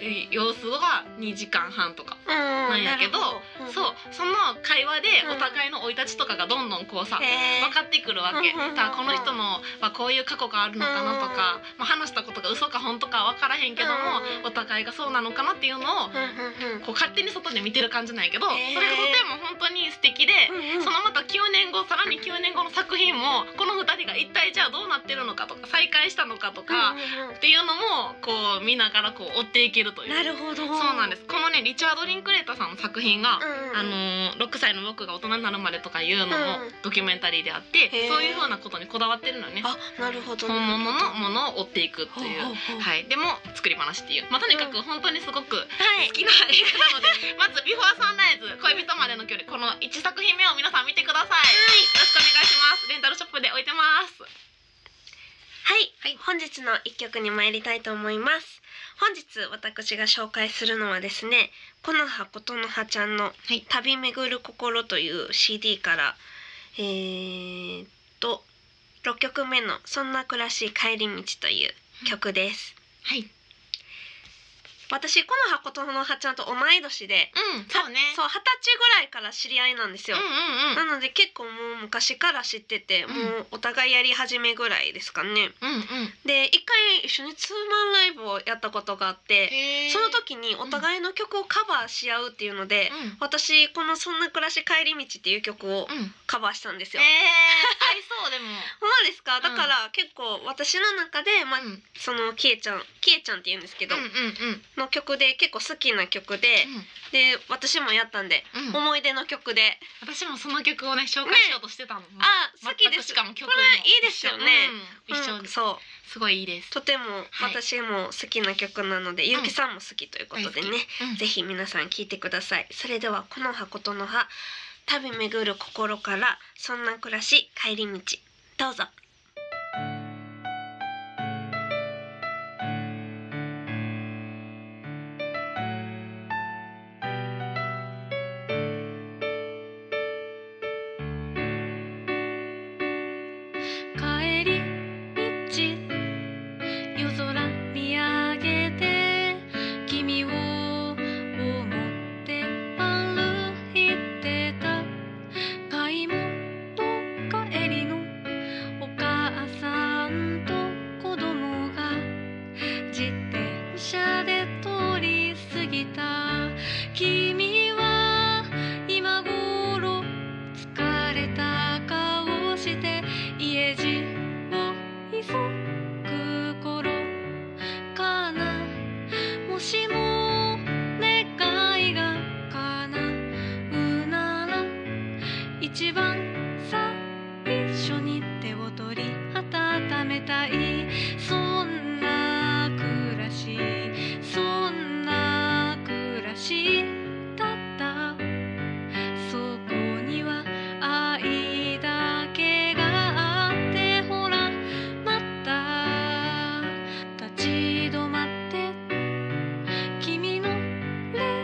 Speaker 2: え様子が2時間半とか
Speaker 1: な
Speaker 2: なんやけどそうその会話で
Speaker 1: うん
Speaker 2: お互いの生い立ちとかがどんどんこうさ分
Speaker 1: 分
Speaker 2: かってくるわけ
Speaker 1: うんうんうんうん
Speaker 2: だからこの人の、まあ、こういう過去があるのかなとか、まあ、話したことが嘘か本当かは分からへんけども
Speaker 1: うんうん
Speaker 2: お互いがそうなのかなっていうのをこう勝手に外で見てる感じなんやけどそ
Speaker 1: へー
Speaker 2: れがとても本当に素敵で。そのまた9年後さらに9年後の作品もこの2人が一体じゃあどうなってるのかとか再会したのかとか、っていうのもこう見ながらこう追っていけるという
Speaker 1: なるほど、
Speaker 2: そうなんですすこのねリチャード・リンクレーターさんの作品が、
Speaker 1: うんうん
Speaker 2: あのー6歳の僕が大人になるまでとかいうのも
Speaker 1: うん
Speaker 2: ドキュメンタリーであっ
Speaker 1: へ
Speaker 2: て、
Speaker 1: ー
Speaker 2: そういうふうなことにこだわってるのね
Speaker 1: あなるほど
Speaker 2: 本物のものを追っていくという。
Speaker 1: い、
Speaker 2: はい、でも作り話っていう、まあ、とにか
Speaker 1: う
Speaker 2: く
Speaker 1: ん
Speaker 2: 本当にすごく
Speaker 1: はい
Speaker 2: 好、きな映画なので、まず「ビフォーサンライズ恋人までの距離」この1作品目を皆さん見てください、よろしくお願いしますレンタルショップで置いてます
Speaker 1: はい、
Speaker 2: はい
Speaker 1: 本日の一曲に参りたいと思います本日私が紹介するのはですねこの葉ことの葉ちゃんの
Speaker 2: はい
Speaker 1: 「旅巡る心」という CD からえー、っと6曲目の「そんな暮らし帰り道」という曲です、
Speaker 2: はいうん
Speaker 1: 私この葉ことの葉ちゃんと同い年で
Speaker 2: そうね
Speaker 1: そう二十歳ぐらいから知り合いなんですよ、
Speaker 2: うんうん
Speaker 1: なので結構もう昔から知ってて、
Speaker 2: うん
Speaker 1: もうお互いやり始めぐらいですかね
Speaker 2: うんうんうん
Speaker 1: で一回一緒にツーマンライブをやったことがあって
Speaker 2: へー
Speaker 1: その時にお互いの曲をカバーし合うっていうので、
Speaker 2: うん
Speaker 1: 私この「そんな暮らし帰り道」っていう曲を
Speaker 2: うん
Speaker 1: カバーしたんです
Speaker 2: えー
Speaker 1: よ。
Speaker 2: 合いそう でも
Speaker 1: そうですかだから結構私の中で、まあ、
Speaker 2: うん
Speaker 1: そのキエちゃんキエちゃんって言うんですけど、
Speaker 2: うんうん
Speaker 1: の曲で結構好きな曲で、で私もやったんで
Speaker 2: うんうん
Speaker 1: 思い出の曲で、
Speaker 2: 私もその曲をね紹介しようとしてたの
Speaker 1: あ好き
Speaker 2: 全
Speaker 1: で
Speaker 2: く
Speaker 1: す
Speaker 2: しかも曲も
Speaker 1: これいいですよね
Speaker 2: うん一緒
Speaker 1: うん
Speaker 2: です
Speaker 1: そう
Speaker 2: すごいいいです
Speaker 1: とても
Speaker 2: い
Speaker 1: 私も好きな曲なので、ゆうきさんも好きということでね、
Speaker 2: うん
Speaker 1: ぜひ皆さん聴いてくださいそれではこの箱との葉旅巡る心からそんな暮らし帰り道どうぞ
Speaker 3: 帰り道夜空見上げて君を思って歩いてた買い物帰りのお母さんと子供が自転車で通り過ぎた君は今頃疲れた顔して家路を急ぐ頃かなもしも願いが叶うなら一番最初に手を取り温めたいそんな暮らしそんな暮らしだったそこには愛だけがあってほらまた立ち止まって君の連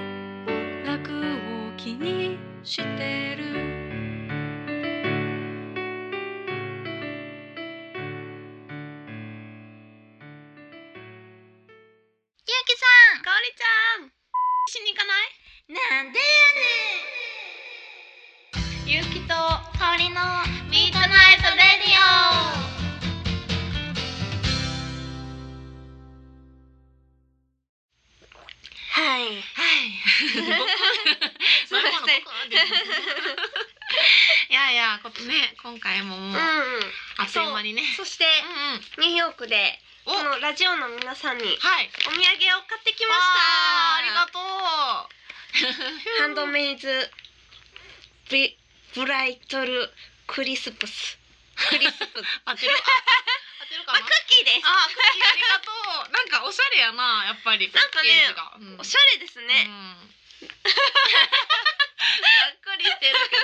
Speaker 3: 絡を気にしてる
Speaker 2: ゆうきさんかおりちゃんしに行かないなんでやねんゆうきとかおりのミートナイトレディオ
Speaker 1: はい
Speaker 2: はい
Speaker 1: すいません
Speaker 2: いやいやことね今回ももう
Speaker 1: うん
Speaker 2: あ
Speaker 1: うん
Speaker 2: っという間にね
Speaker 1: そして
Speaker 2: うんうん
Speaker 1: ニューヨークで
Speaker 2: お
Speaker 1: このラジオの皆さんに
Speaker 2: はい
Speaker 1: お土産を買ってきま
Speaker 2: わあありが
Speaker 1: し
Speaker 2: と
Speaker 1: た
Speaker 2: う
Speaker 1: ハンドメイズビブライトルクリスプスクリスプス
Speaker 2: 当てる当てるか
Speaker 1: まあ
Speaker 2: な
Speaker 1: クッキーです
Speaker 2: あ、クッキーありがとう。なんかおしゃれやな、やっぱり。
Speaker 1: なんかね
Speaker 2: パッケージが、うん
Speaker 1: おしゃれですね、
Speaker 2: うん、ざっくりしてるけど。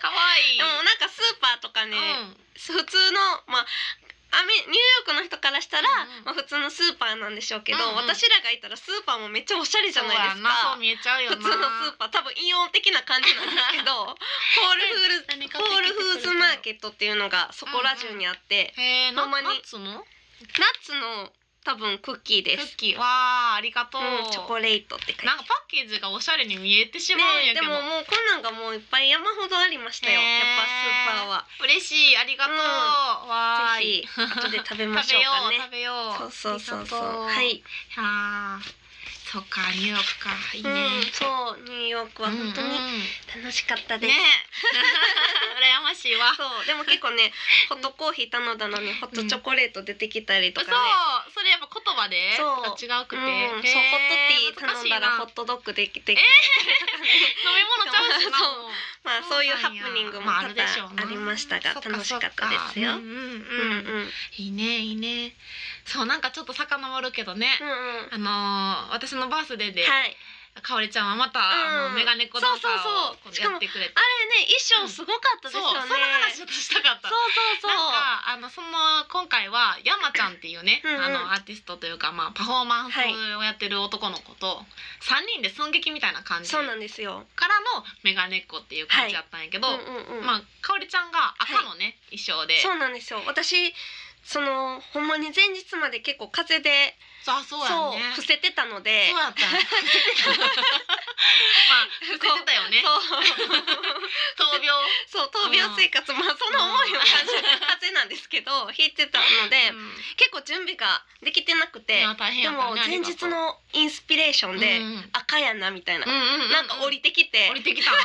Speaker 2: 可愛い
Speaker 1: でもなんかスーパーとかね、
Speaker 2: うん。
Speaker 1: 普通のまあアメニューヨークの人からしたら、
Speaker 2: うんうん
Speaker 1: まあ、普通のスーパーなんでしょうけど、
Speaker 2: うんうん
Speaker 1: 私らがいたらスーパーもめっちゃおしゃれじゃないです
Speaker 2: そうやなそう
Speaker 1: か。
Speaker 2: 見えちゃうよ
Speaker 1: 普
Speaker 2: な。
Speaker 1: 通のスーパー多分イオン的な感じなんですけ どホールフール
Speaker 2: 何買
Speaker 1: ホールフーズマー
Speaker 2: ッ
Speaker 1: ケットっていうのがそこら中にあって、
Speaker 2: ト。へえ、な
Speaker 1: ほんまに
Speaker 2: ナッツの
Speaker 1: ナッツの多分クッキー
Speaker 2: ク
Speaker 1: です
Speaker 2: ッ、キー。わあ、ありがとう。
Speaker 1: うん、チョコレートって書いてあ
Speaker 2: なん
Speaker 1: る
Speaker 2: かパッケージがおしゃれに見えてしまうん
Speaker 1: ね
Speaker 2: や
Speaker 1: えで
Speaker 2: けど。
Speaker 1: ももうこんなんがもういっぱい山ほどありましたよやっ
Speaker 2: へえ
Speaker 1: ぱスーパーは
Speaker 2: 嬉しい、ありがとう。
Speaker 1: うん
Speaker 2: わあ。
Speaker 1: ぜひ後で食べま
Speaker 2: 食
Speaker 1: し
Speaker 2: べ
Speaker 1: ょう
Speaker 2: よ
Speaker 1: か
Speaker 2: う、
Speaker 1: ね
Speaker 2: 食べよう。
Speaker 1: そうそうそうそう
Speaker 2: ありがと
Speaker 1: はい
Speaker 2: あーそっかニューヨークかいいね、
Speaker 1: うん、そうニューヨークは本当に
Speaker 2: うんうん
Speaker 1: 楽しかった です、
Speaker 2: ね羨ましいわ
Speaker 1: そうでも結構ねホットコーヒー頼んだのにホットチョコレート出てきたりと
Speaker 2: そう
Speaker 1: かね、
Speaker 2: それやっぱ言葉で
Speaker 1: そう
Speaker 2: が違うく
Speaker 1: う
Speaker 2: て、
Speaker 1: ん
Speaker 2: へ
Speaker 1: そうホットティー
Speaker 2: ー難
Speaker 1: 頼
Speaker 2: し
Speaker 1: ん
Speaker 2: い
Speaker 1: だ
Speaker 2: な
Speaker 1: らホットドッグできてきて、
Speaker 2: 飲み物ちゃうしな
Speaker 1: そうまあそう
Speaker 2: もう
Speaker 1: いうハプニングも
Speaker 2: まあ
Speaker 1: 多
Speaker 2: ある
Speaker 1: 々
Speaker 2: でしょうな
Speaker 1: ありましたが
Speaker 2: そっか
Speaker 1: 楽しかったですよ。
Speaker 2: そ
Speaker 1: う
Speaker 2: っかうん
Speaker 1: んうんうん
Speaker 2: うんうんいいねいいねそうなんかちょっと遡るけどね、
Speaker 1: うん
Speaker 2: あのー私のバースデーで、
Speaker 1: はい
Speaker 2: かおりちゃんはまた、
Speaker 1: うん
Speaker 2: あのメガネっ子ダンサーを
Speaker 1: そうそうそうし
Speaker 2: こ
Speaker 1: かも
Speaker 2: うやってくれ
Speaker 1: あ
Speaker 2: て
Speaker 1: れね衣装すごかったです
Speaker 2: そう
Speaker 1: よね、
Speaker 2: その話ちょっとしたかっ
Speaker 1: そ
Speaker 2: た
Speaker 1: うそうそう
Speaker 2: なんかあのその今回は山ちゃんっていうね
Speaker 1: うんうん
Speaker 2: あのアーティストというか、まあ、パフォーマンス
Speaker 1: はい
Speaker 2: をやってる男の子と、三3人で寸劇みたいな感じ
Speaker 1: そ
Speaker 2: か
Speaker 1: う
Speaker 2: ら
Speaker 1: な
Speaker 2: の
Speaker 1: んですよ
Speaker 2: メガネっ子っていう感じだったんやけど、
Speaker 1: うんうんうん
Speaker 2: まあ、かおりちゃんが赤のね、衣装で
Speaker 1: そうなんですよ私そのほんまに前日まで結構風邪で
Speaker 2: あそう
Speaker 1: そう,、
Speaker 2: やね
Speaker 1: 伏せてたので
Speaker 2: そうや ったんやまあ伏せてたよね闘病
Speaker 1: そう そう闘病生活、まあその思いの感じ風邪なんですけど引いてたので、
Speaker 2: うん
Speaker 1: 結構準備ができてなくて
Speaker 2: いや大変
Speaker 1: で
Speaker 2: やったね
Speaker 1: も
Speaker 2: あり
Speaker 1: 前
Speaker 2: がとう
Speaker 1: 日のインスピレーションで、
Speaker 2: うんうん
Speaker 1: 赤やなみたいな、
Speaker 2: うんう
Speaker 1: なんか降りてきて
Speaker 2: 降りてき たそれ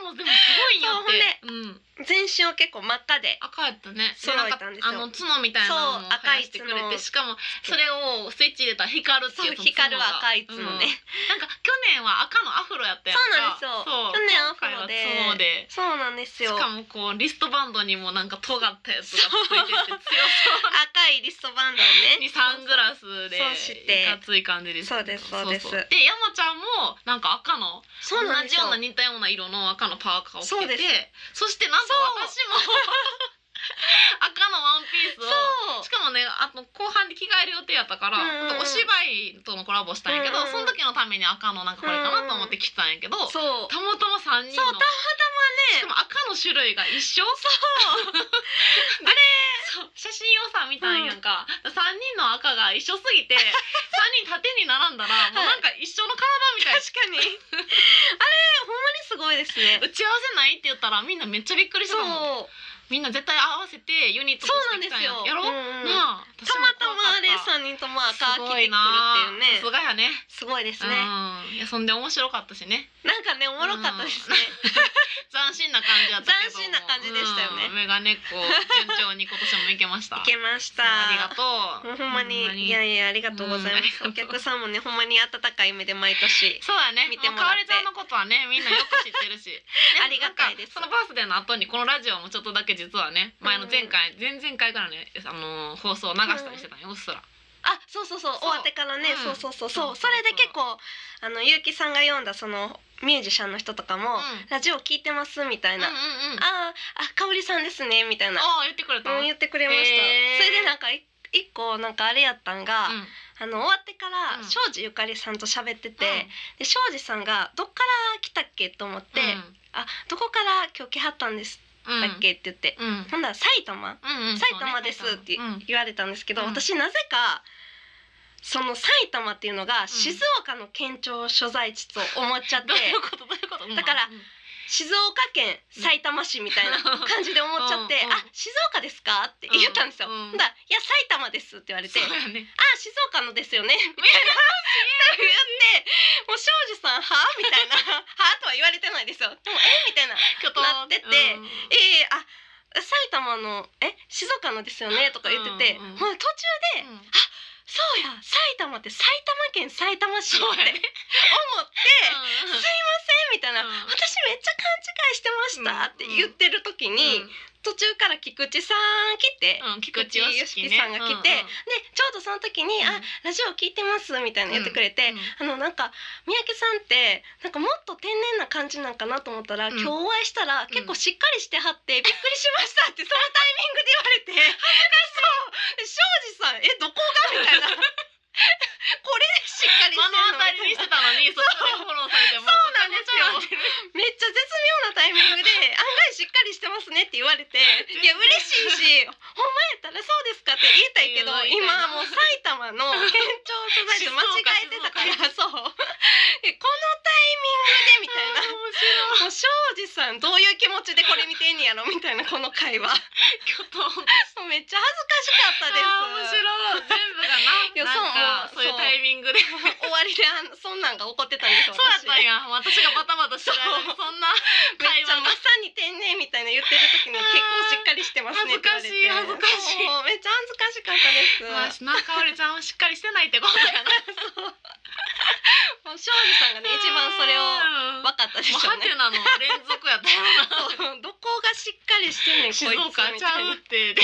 Speaker 2: がもうでもすごいんやってうん
Speaker 1: 全身を結構真っ赤で
Speaker 2: 赤やったね
Speaker 1: そう
Speaker 2: なんか
Speaker 1: やったんですよ
Speaker 2: あの角みたいなの
Speaker 1: そ
Speaker 2: も
Speaker 1: う
Speaker 2: 生やしてくれ
Speaker 1: 赤い角
Speaker 2: てしかもそれをスイッチ入れたら光るって
Speaker 1: そ
Speaker 2: いうう
Speaker 1: 光るは赤いつ
Speaker 2: の
Speaker 1: の
Speaker 2: ね
Speaker 1: ね、
Speaker 2: なんか去年は赤のアフロやったやんか
Speaker 1: そうなんですよ去年アフロで
Speaker 2: 今回は角で
Speaker 1: そうなんです
Speaker 2: し
Speaker 1: よ
Speaker 2: かもこうリストバンドにもなんか尖ったやつがついてて強そうな
Speaker 1: 赤いリストバンドをね
Speaker 2: にサングラスで
Speaker 1: そうして
Speaker 2: いかつい感じですけど
Speaker 1: そうですそうです
Speaker 2: で山ちゃんもなんか赤の
Speaker 1: そうなん
Speaker 2: 同
Speaker 1: です
Speaker 2: じよ
Speaker 1: よ
Speaker 2: うな似たような色の赤のパーカーを着
Speaker 1: そう
Speaker 2: て
Speaker 1: で
Speaker 2: て
Speaker 1: す
Speaker 2: そしてなんと私も赤のワンピース
Speaker 1: そ
Speaker 2: を
Speaker 1: う
Speaker 2: しかもねあと後半で着替える予定やったから、
Speaker 1: うんうんうん
Speaker 2: お芝居とのコラボしたんやけど、
Speaker 1: うんうん
Speaker 2: その時のために赤のなんかこれかなと思って着たんやけど、た
Speaker 1: そう
Speaker 2: またま3人の
Speaker 1: そうたまたまね
Speaker 2: しかも赤の種類が一緒 そうあれそう写真をさ見たんやんか、三3人の赤が一緒す ぎて3人縦に並んだらもうなんか一緒の体みたいな
Speaker 1: 確かに あれほんまにすごいですね
Speaker 2: 打ち合わせないって言ったらみんなめっちゃびっくりし
Speaker 1: そ
Speaker 2: た
Speaker 1: う
Speaker 2: もんみんな絶対合わせてユニットと
Speaker 1: そ
Speaker 2: し
Speaker 1: うなん
Speaker 2: て
Speaker 1: で
Speaker 2: きたん
Speaker 1: す
Speaker 2: や
Speaker 1: よ
Speaker 2: やろ、
Speaker 1: うんうん
Speaker 2: なあ
Speaker 1: たまたまあれ
Speaker 2: さ
Speaker 1: 三人とも赤着
Speaker 2: すご
Speaker 1: てくるってい
Speaker 2: いな
Speaker 1: う
Speaker 2: さす
Speaker 1: ね
Speaker 2: がやね
Speaker 1: すごいです
Speaker 2: う
Speaker 1: ね
Speaker 2: んいやそんで面白かったしね
Speaker 1: なんかねおもろかったですね
Speaker 2: 斬新な感じだったけども
Speaker 1: 斬新な感じでしたよね
Speaker 2: うんメガネっ子順調に今年もいけました
Speaker 1: いけました
Speaker 2: そうありがと
Speaker 1: もう
Speaker 2: う
Speaker 1: ほんまにいやいやありがとうございま
Speaker 2: う
Speaker 1: す
Speaker 2: ん
Speaker 1: お客さんもねほんまに温かい目で毎年
Speaker 2: そうだね。
Speaker 1: 見ても
Speaker 2: うかお
Speaker 1: らっ
Speaker 2: り
Speaker 1: て
Speaker 2: ちゃんのことはね、みんなよく知ってる し。
Speaker 1: ありがたいです
Speaker 2: なんかそのバースデーの後にこのラジオもちょっとだけ実はね、前の前回、前々回からね、あのー放送を流したりしてたよ、うっすら。
Speaker 1: あそうそうそう
Speaker 2: そう
Speaker 1: 終わってからね、
Speaker 2: うん
Speaker 1: そうそうそうそ
Speaker 2: そ
Speaker 1: う
Speaker 2: そう
Speaker 1: う
Speaker 2: そ
Speaker 1: そうれで結構あの結城さんが読んだそのミュージシャンの人とかも、
Speaker 2: うん
Speaker 1: ラジオ聞いてますみたいな、あ
Speaker 2: うんうんうん。あ
Speaker 1: あーあ香織さんですねみたいな、
Speaker 2: あー、言ってくれた。
Speaker 1: うん、言ってくれました、
Speaker 2: へー
Speaker 1: それでなんかい一個なんかあれやったんが、
Speaker 2: うん
Speaker 1: あの終わってか
Speaker 2: う
Speaker 1: ら
Speaker 2: ん
Speaker 1: 庄司ゆかりさんと喋ってて、
Speaker 2: うん
Speaker 1: で庄司さんが「どっから来たっけ?」と思って「あどこから今日来はったんです
Speaker 2: うん
Speaker 1: だっけ?」って言って、
Speaker 2: うん。うん
Speaker 1: ほんなら埼玉
Speaker 2: うん。
Speaker 1: 埼玉ですって
Speaker 2: うん
Speaker 1: 言われたんですけど、
Speaker 2: うん
Speaker 1: 私なぜかその埼玉っていうのが静岡の県庁所在地と思っちゃって、
Speaker 2: どういうことどういうことうん
Speaker 1: だから
Speaker 2: うん
Speaker 1: 静岡県埼玉市みたい な感じで思っちゃって「
Speaker 2: うんうん
Speaker 1: あ静岡ですか?」って言ったんですよ。
Speaker 2: うんうん
Speaker 1: ほんだらいや埼玉です」って言われて
Speaker 2: そうやね
Speaker 1: 「あ静岡のです よね」みたいな言って「もう庄司さんは?」みたいな「は?」とは言われてないですよ。でもえみたいな
Speaker 2: ちょっと
Speaker 1: なってて
Speaker 2: うん
Speaker 1: ええあ埼玉のえ静岡のですよねとか言ってて、
Speaker 2: うんうん
Speaker 1: ほんで途中で
Speaker 2: うん
Speaker 1: 「そうや埼玉って埼玉県埼玉市」って
Speaker 2: そ
Speaker 1: 思
Speaker 2: う
Speaker 1: っ
Speaker 2: や
Speaker 1: て「
Speaker 2: ね
Speaker 1: すいません」みたいな「
Speaker 2: うん
Speaker 1: 私めっちゃ勘違いしてました」って言ってる時に、途中から菊池さん来て。
Speaker 2: うんうん菊池良樹ね
Speaker 1: さんが来て、
Speaker 2: うんうん
Speaker 1: でちょうどその時に「
Speaker 2: う
Speaker 1: あ
Speaker 2: ん
Speaker 1: ラジオ聞いてます」みたいな言ってくれて、
Speaker 2: うん
Speaker 1: あのなんか三宅さんってなんかもっと天然な感じなんかなと思ったら、
Speaker 2: うん
Speaker 1: 今日お会いしたら結構しっかりしてはって、びっくりしましたってそのタイミングで言 われて恥ずかしそうで庄司さんえどこがみたい なこれでしっかりして
Speaker 2: 目
Speaker 1: る
Speaker 2: の
Speaker 1: の
Speaker 2: 当たりにしてたのにそこでフォローされても
Speaker 1: そうなんですよ
Speaker 2: ごちゃごちゃなってる
Speaker 1: めっちゃ絶妙なタイミングで「案外しっかりしてますね」って言われていや嬉しいし「ほんまやったらそうですか」って言いたいけど
Speaker 2: 言う
Speaker 1: 今
Speaker 2: な
Speaker 1: もう埼玉の県庁所在地間違えてたからそう えこのタイミングでみたいな。もう庄司さんどういう気持ちでこれ見てんねやろみたいなこの会話
Speaker 2: ちょっと面白い
Speaker 1: もうめっちゃ恥ずかしかったです
Speaker 2: あー面白い全部がな
Speaker 1: いや
Speaker 2: なんかそ
Speaker 1: そうう
Speaker 2: いう
Speaker 1: もう
Speaker 2: タイミングでそう
Speaker 1: 終わりであんそんなんが起こってたんですよ
Speaker 2: だっ
Speaker 1: 私
Speaker 2: たんや私がバタバタしてる間にそんな
Speaker 1: め
Speaker 2: 会
Speaker 1: っちゃ
Speaker 2: 話
Speaker 1: ま
Speaker 2: が
Speaker 1: さに天然みたいな言ってる時に結構しっかりしてますねって言われて
Speaker 2: 恥ずかしい恥ずかしい
Speaker 1: そうめっちゃ恥ずかしかったです
Speaker 2: まあなかおりちゃんはしっかりしてないってことやな
Speaker 1: ももう庄司さんがね一番それを
Speaker 2: うん
Speaker 1: 分かったでしょ
Speaker 2: もう
Speaker 1: う
Speaker 2: ハ
Speaker 1: ね
Speaker 2: テナの連続やったよな
Speaker 1: どこがしっかりしてんねん
Speaker 2: 静
Speaker 1: こいつみた
Speaker 2: 岡
Speaker 1: い
Speaker 2: ちゃ
Speaker 1: な
Speaker 2: うって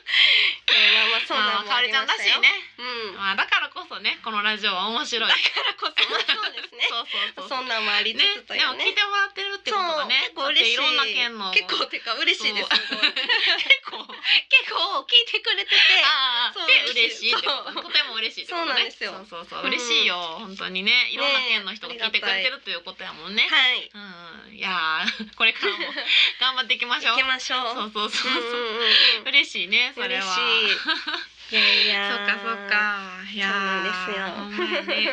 Speaker 1: えーまあまあそうなんも
Speaker 2: ま
Speaker 1: あ
Speaker 2: あかおり
Speaker 1: り
Speaker 2: ちゃ
Speaker 1: ま
Speaker 2: んらし
Speaker 1: したよ
Speaker 2: いね、
Speaker 1: うんだ
Speaker 2: まあ、だからこそねこのラジオは面白い
Speaker 1: からこそまあそうですね
Speaker 2: そうそうそ
Speaker 1: そ
Speaker 2: う
Speaker 1: んなんもありつ
Speaker 2: ね
Speaker 1: つと
Speaker 2: で
Speaker 1: い
Speaker 2: も
Speaker 1: う
Speaker 2: 聞
Speaker 1: ね
Speaker 2: いてもらってるってことがね
Speaker 1: そう結構嬉しい
Speaker 2: だっていろんな県の
Speaker 1: 結構てか嬉しいですすごい
Speaker 2: 構
Speaker 1: 結構聞いてくれてて
Speaker 2: ああ
Speaker 1: そう
Speaker 2: で嬉しいってこと
Speaker 1: そう
Speaker 2: とても嬉しいってこと
Speaker 1: そうなんで
Speaker 2: ね
Speaker 1: すよ
Speaker 2: そうそうそううん嬉しいよ本当にねいろんな県の人が聞いてくれてるということやもんね
Speaker 1: はい
Speaker 2: うんいやー これからも 頑張っていきましょ
Speaker 1: 行
Speaker 2: う
Speaker 1: きましょう
Speaker 2: そうそうそう
Speaker 1: うんうん
Speaker 2: そう
Speaker 1: うんうん
Speaker 2: 嬉しいねそれは
Speaker 1: 嬉しいい やい
Speaker 2: そ
Speaker 1: や
Speaker 2: っかそっかいや
Speaker 1: そうな
Speaker 2: ー
Speaker 1: ん
Speaker 2: ほんまやね
Speaker 1: い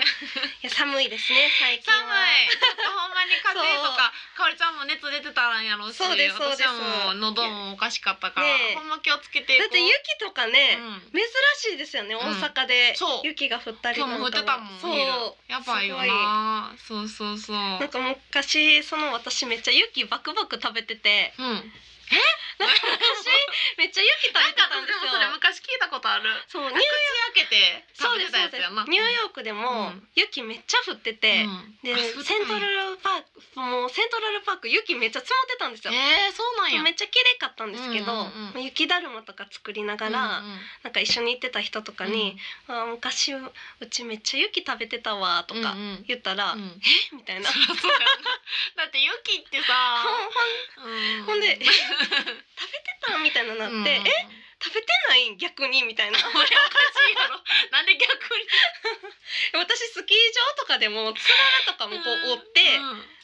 Speaker 1: や寒いですね最近
Speaker 2: 寒
Speaker 1: はい
Speaker 2: ちょっとほんまに風邪とかかおりちゃんも熱出てたらんやろうし
Speaker 1: そうですそうです
Speaker 2: 私はもう喉もおかしかったから、
Speaker 1: ねえ
Speaker 2: ほんま気をつけてい
Speaker 1: だ
Speaker 2: こう
Speaker 1: って雪とかね、
Speaker 2: うん
Speaker 1: 珍しいですよね
Speaker 2: ん
Speaker 1: 大阪で
Speaker 2: そう
Speaker 1: 雪が降ったり
Speaker 2: 今日も降ってたもん
Speaker 1: そう
Speaker 2: 昼やばいよなそうそうそう
Speaker 1: すごいなんか昔その私めっちゃ雪バクバク食べてて
Speaker 2: うんなんか
Speaker 1: なんか昔めっちゃ雪食べてたんで
Speaker 2: ですも
Speaker 1: よ
Speaker 2: それ昔聞いたことある
Speaker 1: そうニュー
Speaker 2: 口開けて
Speaker 1: そうです
Speaker 2: 食べて
Speaker 1: そうで
Speaker 2: たやつ
Speaker 1: す
Speaker 2: やな
Speaker 1: ニューヨークでも
Speaker 2: うん
Speaker 1: 雪めっちゃ降ってて、で
Speaker 2: うんあそう
Speaker 1: セント
Speaker 2: なんや
Speaker 1: ラルパークもうセントラルパーク雪めっちゃ積もってたんですよ、
Speaker 2: えー、そうなんや
Speaker 1: めっちゃ綺麗かったんですけど、
Speaker 2: うんうんうん
Speaker 1: 雪だるまとか作りながら、
Speaker 2: うんうん
Speaker 1: なんか一緒に行ってた人とかに、あー昔うちめっちゃ雪食べてたわとか
Speaker 2: うんうん
Speaker 1: 言ったら、
Speaker 2: うん
Speaker 1: えみたいな。
Speaker 2: そりゃそうやなだってユキ ってさ
Speaker 1: ほんほん
Speaker 2: うん
Speaker 1: ほんで
Speaker 2: う
Speaker 1: 食べてたみたいななって、
Speaker 2: うん
Speaker 1: え 食べてないん逆にみたい な私
Speaker 2: これおかしいや ろなんで逆に
Speaker 1: スキー場とかでもつららとかもこう折って
Speaker 2: う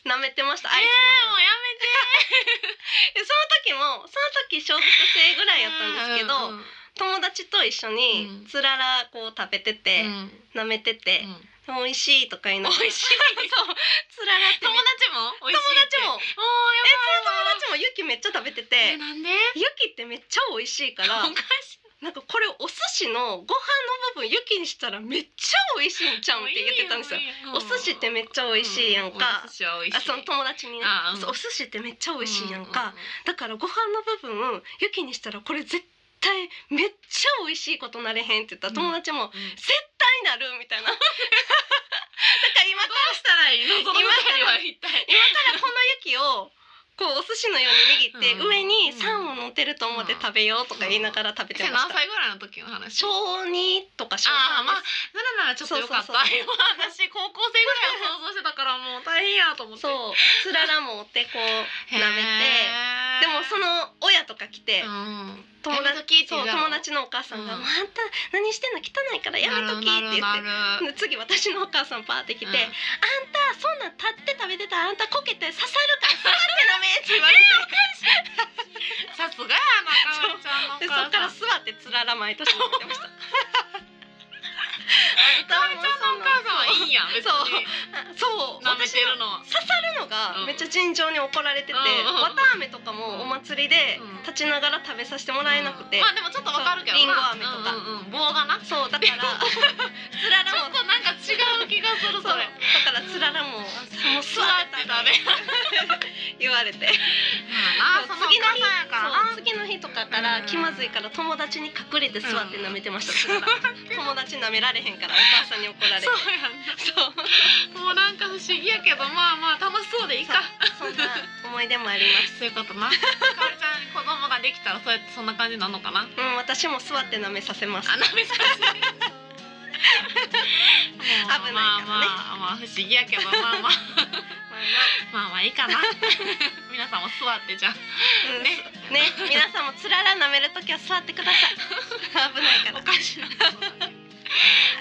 Speaker 2: ん
Speaker 1: 舐めてました
Speaker 2: え
Speaker 1: アイ
Speaker 2: ー、もうや
Speaker 1: スの、でその時もその時小学生ぐらいやったんです
Speaker 2: めて
Speaker 1: けど、
Speaker 2: うん
Speaker 1: 友達と一緒
Speaker 2: う
Speaker 1: に
Speaker 2: ん
Speaker 1: つららこう食べてて、
Speaker 2: うん
Speaker 1: 舐めてて、
Speaker 2: うん
Speaker 1: 美味しいとか言いながら
Speaker 2: 美味し
Speaker 1: そ
Speaker 2: い
Speaker 1: うつららって
Speaker 2: 友
Speaker 1: めっ
Speaker 2: 達も美
Speaker 1: 友
Speaker 2: 味しいって
Speaker 1: 達も
Speaker 2: おーや
Speaker 1: えその友達も雪めっちゃ食べてて、
Speaker 2: えなんで
Speaker 1: 雪ってめっちゃ美味しいから
Speaker 2: おかしい
Speaker 1: なんかこれお寿司のご飯の部分雪にしたらめっちゃ美味しいんちゃうんって言ってたんですよお寿司ってめっちゃ美味しいやんか
Speaker 2: お寿司は美味しい
Speaker 1: あその友達にね
Speaker 2: あうん
Speaker 1: そうお寿司ってめっちゃ美味しいやんかだからご飯の部分雪にしたらこれ絶対めっちゃ美味しいことなれへんって言ったら友達も
Speaker 2: うんうんうんうん
Speaker 1: 絶対なるみたいななんか今か
Speaker 2: どうしたらいいのその二人は 一体
Speaker 1: 今からこの雪をこうお寿司のように握って、
Speaker 2: うん
Speaker 1: 上にサンを乗ってると思って食べようとか言いながら食べて
Speaker 2: それ
Speaker 1: まし
Speaker 2: 何
Speaker 1: た、
Speaker 2: 歳ぐらいの時の話
Speaker 1: 小2とか小
Speaker 2: ああ
Speaker 1: 3
Speaker 2: まあ
Speaker 1: です
Speaker 2: ならならちょっとよかった
Speaker 1: そうそうそう
Speaker 2: 今私高校生ぐらいを想像してたからもう大変やと思って
Speaker 1: そうつららもおってこう
Speaker 2: へー
Speaker 1: 舐めてでもその親とか来て、
Speaker 2: うん
Speaker 1: 友
Speaker 2: やめときって
Speaker 1: 達そう
Speaker 2: 言うやろ
Speaker 1: 友達のお母さんが「
Speaker 2: うん
Speaker 1: また何してんの汚いからやめとき」って言
Speaker 2: な
Speaker 1: って
Speaker 2: るなるなる
Speaker 1: で次私のお母さんパーって来て「
Speaker 2: うん
Speaker 1: あんたそんなん立って食べてたらあんたこけて刺さるから座って舐め」って言われ
Speaker 2: さすがやなかおりちゃんのお
Speaker 1: てでそ
Speaker 2: 母
Speaker 1: っから
Speaker 2: さん
Speaker 1: 座ってつらら毎年舐めてました あんた
Speaker 2: かおり
Speaker 1: も
Speaker 2: ちゃんのお母さんはいいんや別
Speaker 1: そう
Speaker 2: に
Speaker 1: そう
Speaker 2: 舐めてるのは
Speaker 1: 刺さるのが
Speaker 2: うん
Speaker 1: めっちゃ尋常に怒られてて、
Speaker 2: うんうんうん
Speaker 1: わたあめとかもお祭りで
Speaker 2: うん
Speaker 1: 立ちながら食べさせてもらえなくて、
Speaker 2: まあでもちょっとわかるけどな
Speaker 1: リンゴ飴とか
Speaker 2: うんうんうん棒がなちょ っ
Speaker 1: そうだからつららも
Speaker 2: となんか違う気がする
Speaker 1: そうだ
Speaker 2: それ
Speaker 1: からつららももう
Speaker 2: 座
Speaker 1: 座
Speaker 2: っ
Speaker 1: ってて
Speaker 2: 食
Speaker 1: 食べ言
Speaker 2: べ
Speaker 1: われて
Speaker 2: あそのお母さんやから
Speaker 1: そ
Speaker 2: な
Speaker 1: う次の日とかから気まずいから友達に隠れて座って舐めてました、つらら友達舐められへんからお母さんに怒られて
Speaker 2: そうやんな
Speaker 1: そう
Speaker 2: もうなんか不思議やけどまあまあ楽しそうでいいか
Speaker 1: そうそんな思い出もあります
Speaker 2: そういうことなかおりちゃん子供ができたらそうやってそんな感じなのかな
Speaker 1: うん私も座って舐めさせます
Speaker 2: あなめさせ
Speaker 1: 危ないからね
Speaker 2: まあまあまあ不思議やけどまあま
Speaker 1: ま
Speaker 2: あ
Speaker 1: あま
Speaker 2: まあまあいいか な皆さんも座ってじゃあ
Speaker 1: あうん
Speaker 2: ね
Speaker 1: ね、皆さんもつらら舐めるときは座ってください。危ない から。
Speaker 2: おかしいな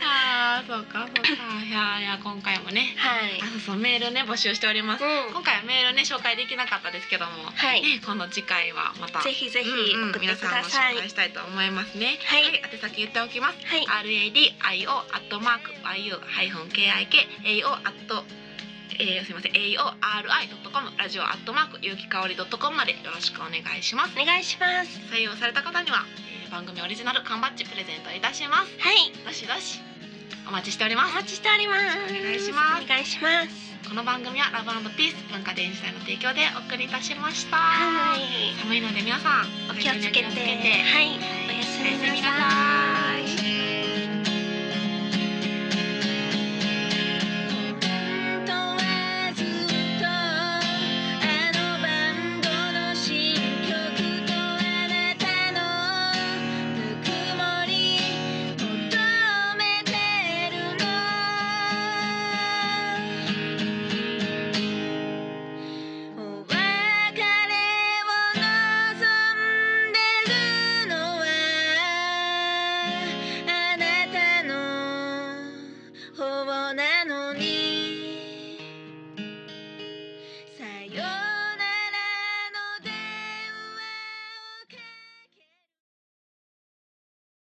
Speaker 2: あーそうかそうかいやいや今回もね
Speaker 1: はい
Speaker 2: あ。そうそうメールね募集しております
Speaker 1: うん。
Speaker 2: 今回はメールね紹介できなかったですけども、
Speaker 1: はい
Speaker 2: ね今度次回はまた
Speaker 1: ぜひぜひ
Speaker 2: うんう
Speaker 1: 送って
Speaker 2: ん皆
Speaker 1: く
Speaker 2: さん
Speaker 1: だ
Speaker 2: も
Speaker 1: さい。
Speaker 2: 紹介したいと思いますね
Speaker 1: はい
Speaker 2: 宛先言っておきます
Speaker 1: はい。
Speaker 2: RADIO アットマーク IU-KIKAO アットえー、すみません aori.com ラジオアットマーク有機香り .com までよろしくお願いします
Speaker 1: お願いします。
Speaker 2: 採用された方には、えー、番組オリジナル缶バッジプレゼントいたします
Speaker 1: はい。
Speaker 2: どしどしお待ちしており
Speaker 1: お
Speaker 2: ます
Speaker 1: 待ちしております。
Speaker 2: お願いします
Speaker 1: お願いします。
Speaker 2: この番組はラブピース文化電子祭の提供でお送りいたしました
Speaker 1: はい。
Speaker 2: 寒いので皆さん
Speaker 1: お気をつけて。
Speaker 2: お
Speaker 1: は
Speaker 2: 体にお気をつけて
Speaker 1: い。おやすみなさい。